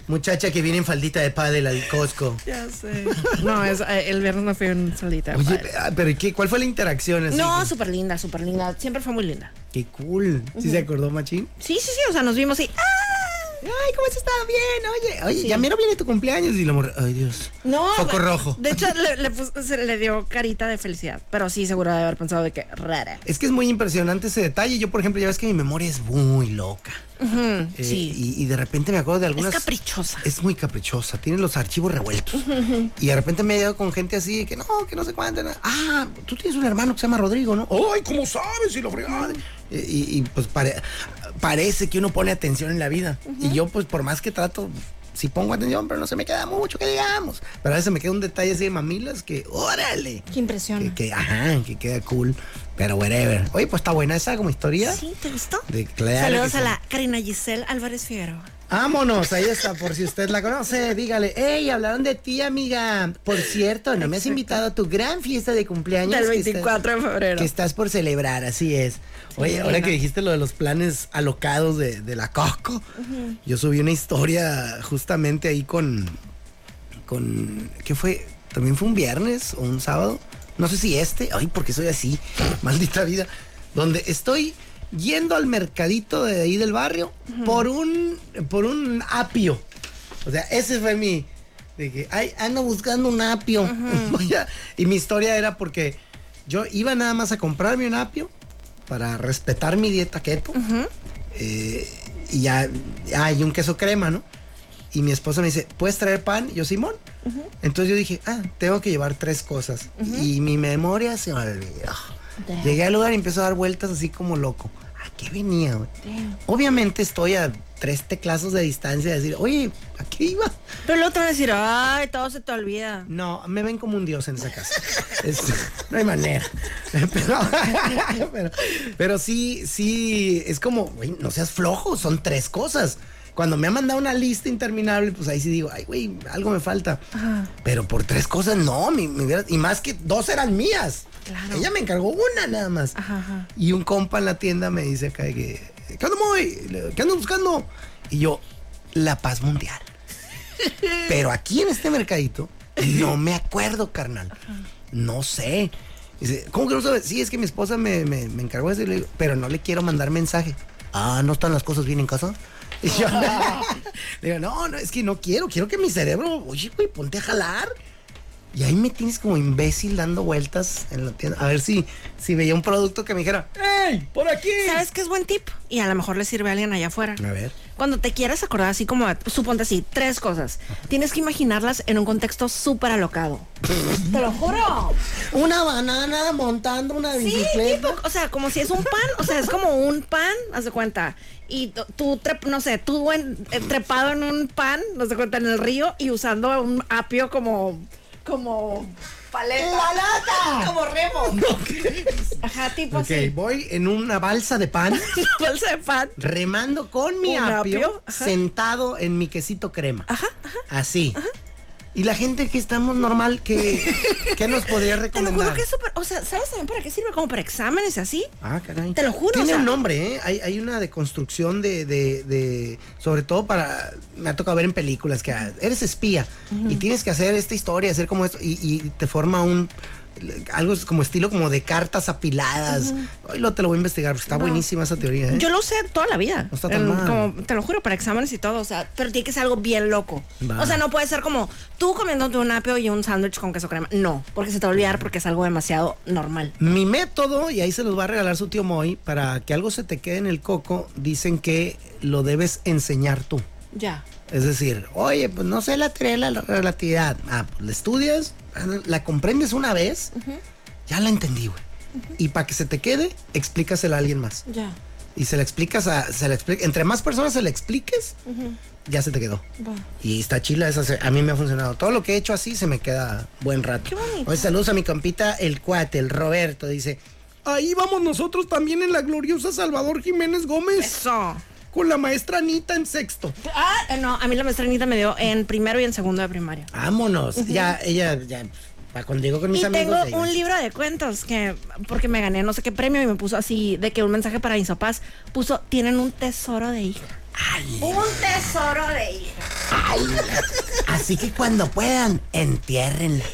Speaker 3: Muchacha que viene en faldita de pádel al Costco.
Speaker 1: Ya sé. No, es, eh, el viernes no fui en solita.
Speaker 3: Oye,
Speaker 1: padre.
Speaker 3: ah, pero ¿qué? ¿cuál fue la interacción? así?
Speaker 1: no, súper linda, súper linda. Siempre fue muy linda.
Speaker 3: Qué cool. ¿Sí se acordó, Machín?
Speaker 1: Sí, sí, sí, o sea, nos vimos y. ¡ah!
Speaker 3: Ay, ¿cómo has estado? Bien, oye. Oye, ya mero viene tu cumpleaños. Y la morra, ay, Dios.
Speaker 1: No.
Speaker 3: Foco
Speaker 1: de-
Speaker 3: rojo.
Speaker 1: De hecho, le, le pus- se le dio carita de felicidad. Pero sí, seguro de haber pensado de que rara.
Speaker 3: Es que es muy impresionante ese detalle. Yo, por ejemplo, ya ves que mi memoria es muy loca. Eh,
Speaker 1: sí.
Speaker 3: y, y de repente me acuerdo de algunas.
Speaker 1: Es caprichosa.
Speaker 3: Es muy caprichosa. Tiene los archivos revueltos. Y de repente me he llegado con gente así que no, que no sé cuánto. na- Ah, tú tienes un hermano que se llama Rodrigo, ¿no? ¡Ay, cómo sabes! Y lo fregada. Y, y, pues pare- parece que uno pone atención en la vida. Y yo, pues por más que trato. Sí pongo atención, pero no se me queda mucho que digamos. Pero a veces me queda un detalle así de mamilas que, órale.
Speaker 1: Qué impresión.
Speaker 3: Que, que, ajá, que queda cool. Pero whatever. Oye, pues está buena esa como historia.
Speaker 1: Sí, ¿te gustó?
Speaker 3: De- claro
Speaker 1: Saludos
Speaker 3: que
Speaker 1: a
Speaker 3: sí.
Speaker 1: la Karina Giselle Álvarez Figueroa.
Speaker 3: Vámonos, ahí está, por si usted la conoce, dígale, hey, hablaron de ti, amiga. Por cierto, no me has invitado a tu gran fiesta de cumpleaños.
Speaker 1: Del
Speaker 3: que estás-
Speaker 1: 24 de febrero.
Speaker 3: Que estás por celebrar, así es. Oye, ahora
Speaker 1: no.
Speaker 3: que dijiste lo de los planes alocados de, de la Coco, yo subí una historia justamente ahí con, con, ¿qué fue? También fue un viernes o un sábado. No sé si este. Ay, porque soy así. Maldita vida. Donde estoy yendo al mercadito de ahí del barrio por un por un apio. O sea, ese fue mi de que ay, ando buscando un apio. Voy a- y mi historia era porque yo iba nada más a comprarme un apio para respetar mi dieta keto. Eh, y ya hay un queso crema, ¿no? Y mi esposa me dice, ¿puedes traer pan? Y yo, Simón. Entonces yo dije, ah, tengo que llevar tres cosas. Y mi memoria se olvidó. Llegué al lugar y empiezo a dar vueltas así como loco. ¿A qué venía? güey? Obviamente estoy a tres teclazos de distancia de decir, oye, ¿a qué iba?
Speaker 1: Pero luego te van a decir, ay, todo se te olvida.
Speaker 3: No, me ven como un dios en esa casa. Es- no hay manera. Pero, pero, pero sí, sí, es como, güey, no seas flojo, son tres cosas. Cuando me ha mandado una lista interminable, pues ahí sí digo, ay, güey, algo me falta. Pero por tres cosas, no, mi- mi verdad- y más que dos eran mías.
Speaker 1: Claro.
Speaker 3: Ella me encargó una nada más.
Speaker 1: Ajá, ajá.
Speaker 3: Y un compa en la tienda me dice acá de que, ¿qué ando muy? ¿Qué ando buscando? Y yo, la paz mundial. Pero aquí en este mercadito, no me acuerdo, carnal. No sé. Dice, ¿cómo que no sabes? Sí, es que mi esposa me, me- me encargó de eso y le digo, pero no le quiero mandar mensaje. Ah, ¿no están las cosas bien en casa? Y yo, le digo, no, no, es que no quiero, quiero que mi cerebro, oye, güey, ponte a jalar. Y ahí me tienes como imbécil dando vueltas en la tienda. A ver si, si veía un producto que me dijera, ¡Ey, por aquí!
Speaker 1: ¿Sabes qué es buen tip? Y a lo mejor le sirve a alguien allá afuera.
Speaker 3: A ver.
Speaker 1: Cuando te quieras acordar, así como, suponte así, tres cosas. Tienes que imaginarlas en un contexto súper alocado. ¡Te lo juro!
Speaker 3: Una banana montando una
Speaker 1: Sí,
Speaker 3: bicicleta.
Speaker 1: tipo, o sea, como si es un pan, o sea, es como un pan, haz de cuenta. Y t- tú, trep- no sé, tú en- eh, trepado en un pan, no de cuenta, en el río y usando un apio como, como paleta.
Speaker 3: ¡La lata!
Speaker 1: Como remo. Ajá, tipo
Speaker 3: Ok, voy en una balsa de pan,
Speaker 1: así. Bolsa de pan.
Speaker 3: remando con mi
Speaker 1: Un
Speaker 3: apio,
Speaker 1: apio, ajá.
Speaker 3: sentado en mi quesito crema. Así. Y la gente que estamos normal, ¿qué, qué nos podría
Speaker 1: Te lo juro
Speaker 3: recomendar?
Speaker 1: que es súper, o sea, ¿sabes también para qué sirve? Como para exámenes y así.
Speaker 3: Ah, caray.
Speaker 1: Te lo juro,
Speaker 3: Tiene
Speaker 1: o sea-
Speaker 3: un nombre, ¿eh? Hay, hay una deconstrucción de, de, de- Sobre todo para. Me ha tocado ver en películas que ah, eres espía y tienes que hacer esta historia, hacer como esto, y, y te forma un. Algo como estilo como de cartas apiladas. Hoy lo te lo voy a investigar, porque está buenísima esa teoría. ¿eh?
Speaker 1: Yo lo usé toda la vida.
Speaker 3: No está tan
Speaker 1: En-
Speaker 3: mal.
Speaker 1: Como, te lo juro, para exámenes y todo. O sea, pero tiene que ser algo bien loco.
Speaker 3: Va.
Speaker 1: O sea, no puede ser como tú comiéndote un apio y un sándwich con queso crema. No, porque se te va a olvidar porque es algo demasiado normal.
Speaker 3: Mi método, y ahí se los va a regalar su tío Moy, para que algo se te quede en el coco, dicen que lo debes enseñar tú.
Speaker 1: Ya.
Speaker 3: Es decir, oye, pues no sé la teoría de la relatividad. Ah, pues la estudias, la comprendes una vez, ya la entendí, güey. Y para que se te quede, explícasela a alguien más.
Speaker 1: Ya.
Speaker 3: Y se la explicas a, se la expli- entre más personas se la expliques, ya se te quedó.
Speaker 1: Va.
Speaker 3: Y está chila esa, se- a mí me ha funcionado. Todo lo que he hecho así se me queda buen rato.
Speaker 1: Qué bonito.
Speaker 3: Oye, saludos a mi compita, el cuate, el Roberto, dice, ahí vamos nosotros también en la gloriosa Salvador Jiménez Gómez,
Speaker 1: Eso.
Speaker 3: con la maestra Anita en sexto.
Speaker 1: Ah, eh, no, a mí la maestranita me dio en primero y en segundo de primaria.
Speaker 3: Vámonos. Ya, ella, ya, para cuando llego con mis
Speaker 1: Y
Speaker 3: amigos.
Speaker 1: tengo
Speaker 3: ahí
Speaker 1: un
Speaker 3: va.
Speaker 1: libro de cuentos que, porque me gané no sé qué premio y me puso así, de que un mensaje para mis papás puso, tienen un tesoro de hija. Un tesoro de hija.
Speaker 3: Así que cuando puedan, entiérrenla.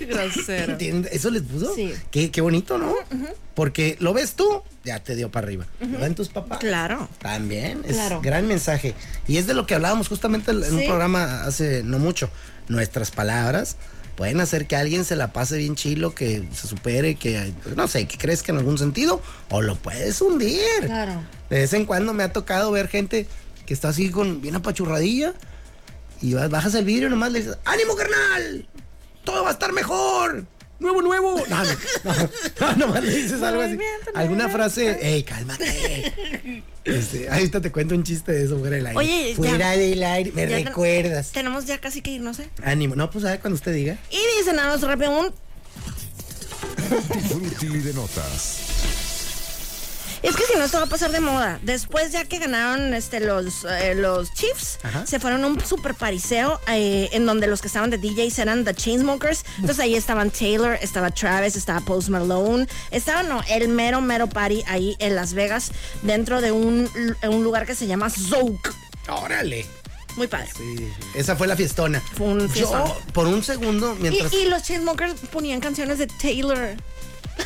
Speaker 1: Grosero.
Speaker 3: ¿Entiendes? ¿Eso les puso?
Speaker 1: Sí.
Speaker 3: Qué, qué bonito, ¿no? Porque lo ves tú, ya te dio para arriba. Lo ven tus papás.
Speaker 1: Claro.
Speaker 3: También, es
Speaker 1: Claro.
Speaker 3: gran mensaje. Y es de lo que hablábamos justamente en un
Speaker 1: Sí.
Speaker 3: programa hace no mucho. Nuestras palabras pueden hacer que alguien se la pase bien chilo, que se supere, que no sé, que crezca en algún sentido, o lo puedes hundir.
Speaker 1: Claro.
Speaker 3: De vez en cuando me ha tocado ver gente que está así con bien apachurradilla y vas- bajas el vidrio y nomás le dices, ¡Ánimo, carnal! ¡Todo va a estar mejor! ¡Nuevo, nuevo! No, no, no, no, nomás le dices algo así.
Speaker 1: Movimiento,
Speaker 3: Alguna
Speaker 1: movimiento.
Speaker 3: frase, ¡Ey, cálmate! Este, ahorita te cuento un chiste de eso fuera del aire.
Speaker 1: Oye, ya-
Speaker 3: fuera del aire, me
Speaker 1: Ya ten-
Speaker 3: recuerdas.
Speaker 1: Tenemos ya casi que irnos, ¿eh?
Speaker 3: Ánimo. No, pues a ver cuando usted diga.
Speaker 1: Y dice nada más rápido un...
Speaker 8: Frutili de notas.
Speaker 1: Es que si no, esto va a pasar de moda. Después, ya que ganaron este, los, eh, los Chiefs,
Speaker 3: Ajá.
Speaker 1: se fueron a un super pariseo eh, en donde los que estaban de DJs eran The Chainsmokers. Entonces ahí estaban Taylor, estaba Travis, estaba Post Malone. Estaba, no, el mero, mero party ahí en Las Vegas, dentro de un, en un lugar que se llama Zouk.
Speaker 3: ¡Órale!
Speaker 1: Muy padre.
Speaker 3: Sí, Esa fue la fiestona.
Speaker 1: Fue un fiestón.
Speaker 3: Yo, por un segundo,
Speaker 1: Y,
Speaker 3: mientras...
Speaker 1: y los Chainsmokers ponían canciones de Taylor.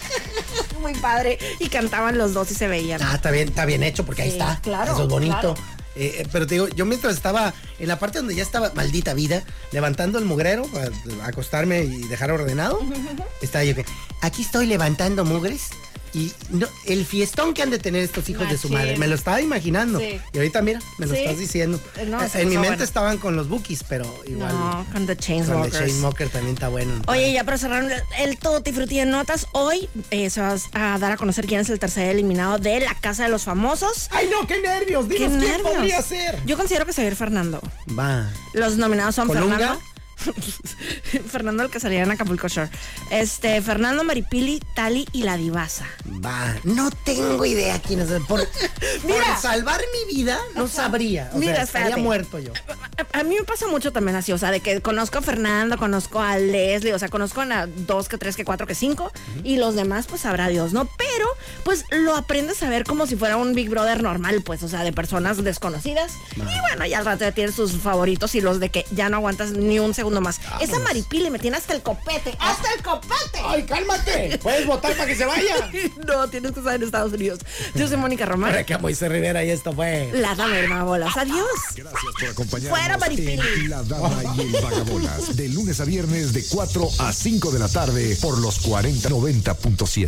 Speaker 1: Muy padre. Y cantaban los dos y se veían.
Speaker 3: Ah, está bien, está bien hecho porque ahí
Speaker 1: Sí,
Speaker 3: está.
Speaker 1: claro,
Speaker 3: Eso es bonito.
Speaker 1: claro.
Speaker 3: Eh, eh, pero te digo, yo mientras estaba en la parte donde ya estaba maldita vida, levantando el mugrero para acostarme y dejar ordenado, estaba yo que aquí estoy levantando mugres. Y no, el fiestón que han de tener estos hijos de su
Speaker 1: Machín.
Speaker 3: madre, me lo estaba imaginando.
Speaker 1: Sí.
Speaker 3: Y ahorita mira, me lo
Speaker 1: Sí.
Speaker 3: estás diciendo.
Speaker 1: Eh, no,
Speaker 3: Eh,
Speaker 1: se
Speaker 3: en mi
Speaker 1: puso
Speaker 3: mente
Speaker 1: bueno.
Speaker 3: estaban con los bookies, pero igual.
Speaker 1: No, con The
Speaker 3: Con el
Speaker 1: Chainsmokers.
Speaker 3: Shane Mocker también está bueno.
Speaker 1: Oye, ya para cerrar el todo Frutti de notas, hoy eh, se va a dar a conocer quién es el tercer eliminado de la Casa de los Famosos.
Speaker 3: ¡Ay, no! ¡Qué nervios!
Speaker 1: ¡Qué
Speaker 3: Dinos, ¿quién
Speaker 1: nervios!
Speaker 3: podría ser?
Speaker 1: Yo considero que Xavier Fernando.
Speaker 3: Va.
Speaker 1: Los nominados son
Speaker 3: ¿Colunga?
Speaker 1: Fernando. Fernando el que salía en Acapulco Shore. Este, Fernando Maripili, Tali y la Divaza.
Speaker 3: Va, no tengo idea quién es. Por, por
Speaker 1: Mira.
Speaker 3: salvar mi vida, no sabría. O
Speaker 1: Mira,
Speaker 3: sea, estaría
Speaker 1: espérate.
Speaker 3: muerto yo.
Speaker 1: A, a mí me pasa mucho también así, o sea, de que conozco a Fernando, conozco a Leslie, o sea, conozco a dos, que tres, que cuatro, que cinco, y los demás, pues sabrá Dios, ¿no? Pero, pues lo aprendes a ver como si fuera un Big Brother normal, pues, o sea, de personas desconocidas. Y bueno, ya al rato ya tienes sus favoritos y los de que ya no aguantas ni un segundo más. Esa maripili me tiene hasta el copete,
Speaker 3: Ah.
Speaker 1: hasta el copete.
Speaker 9: ¡Ay, cálmate! Puedes votar para que se vaya.
Speaker 1: No, tienes que estar en Estados Unidos. Yo soy Mónica Román.
Speaker 3: Para que a Moisés Rivera y esto fue.
Speaker 1: La dama hermana bolas. Adiós.
Speaker 8: Gracias por acompañarnos.
Speaker 1: Fuera, Maripili.
Speaker 8: en La Dama y el Vagabolas. De lunes a viernes de 4 a 5 de la tarde por los 4090.7.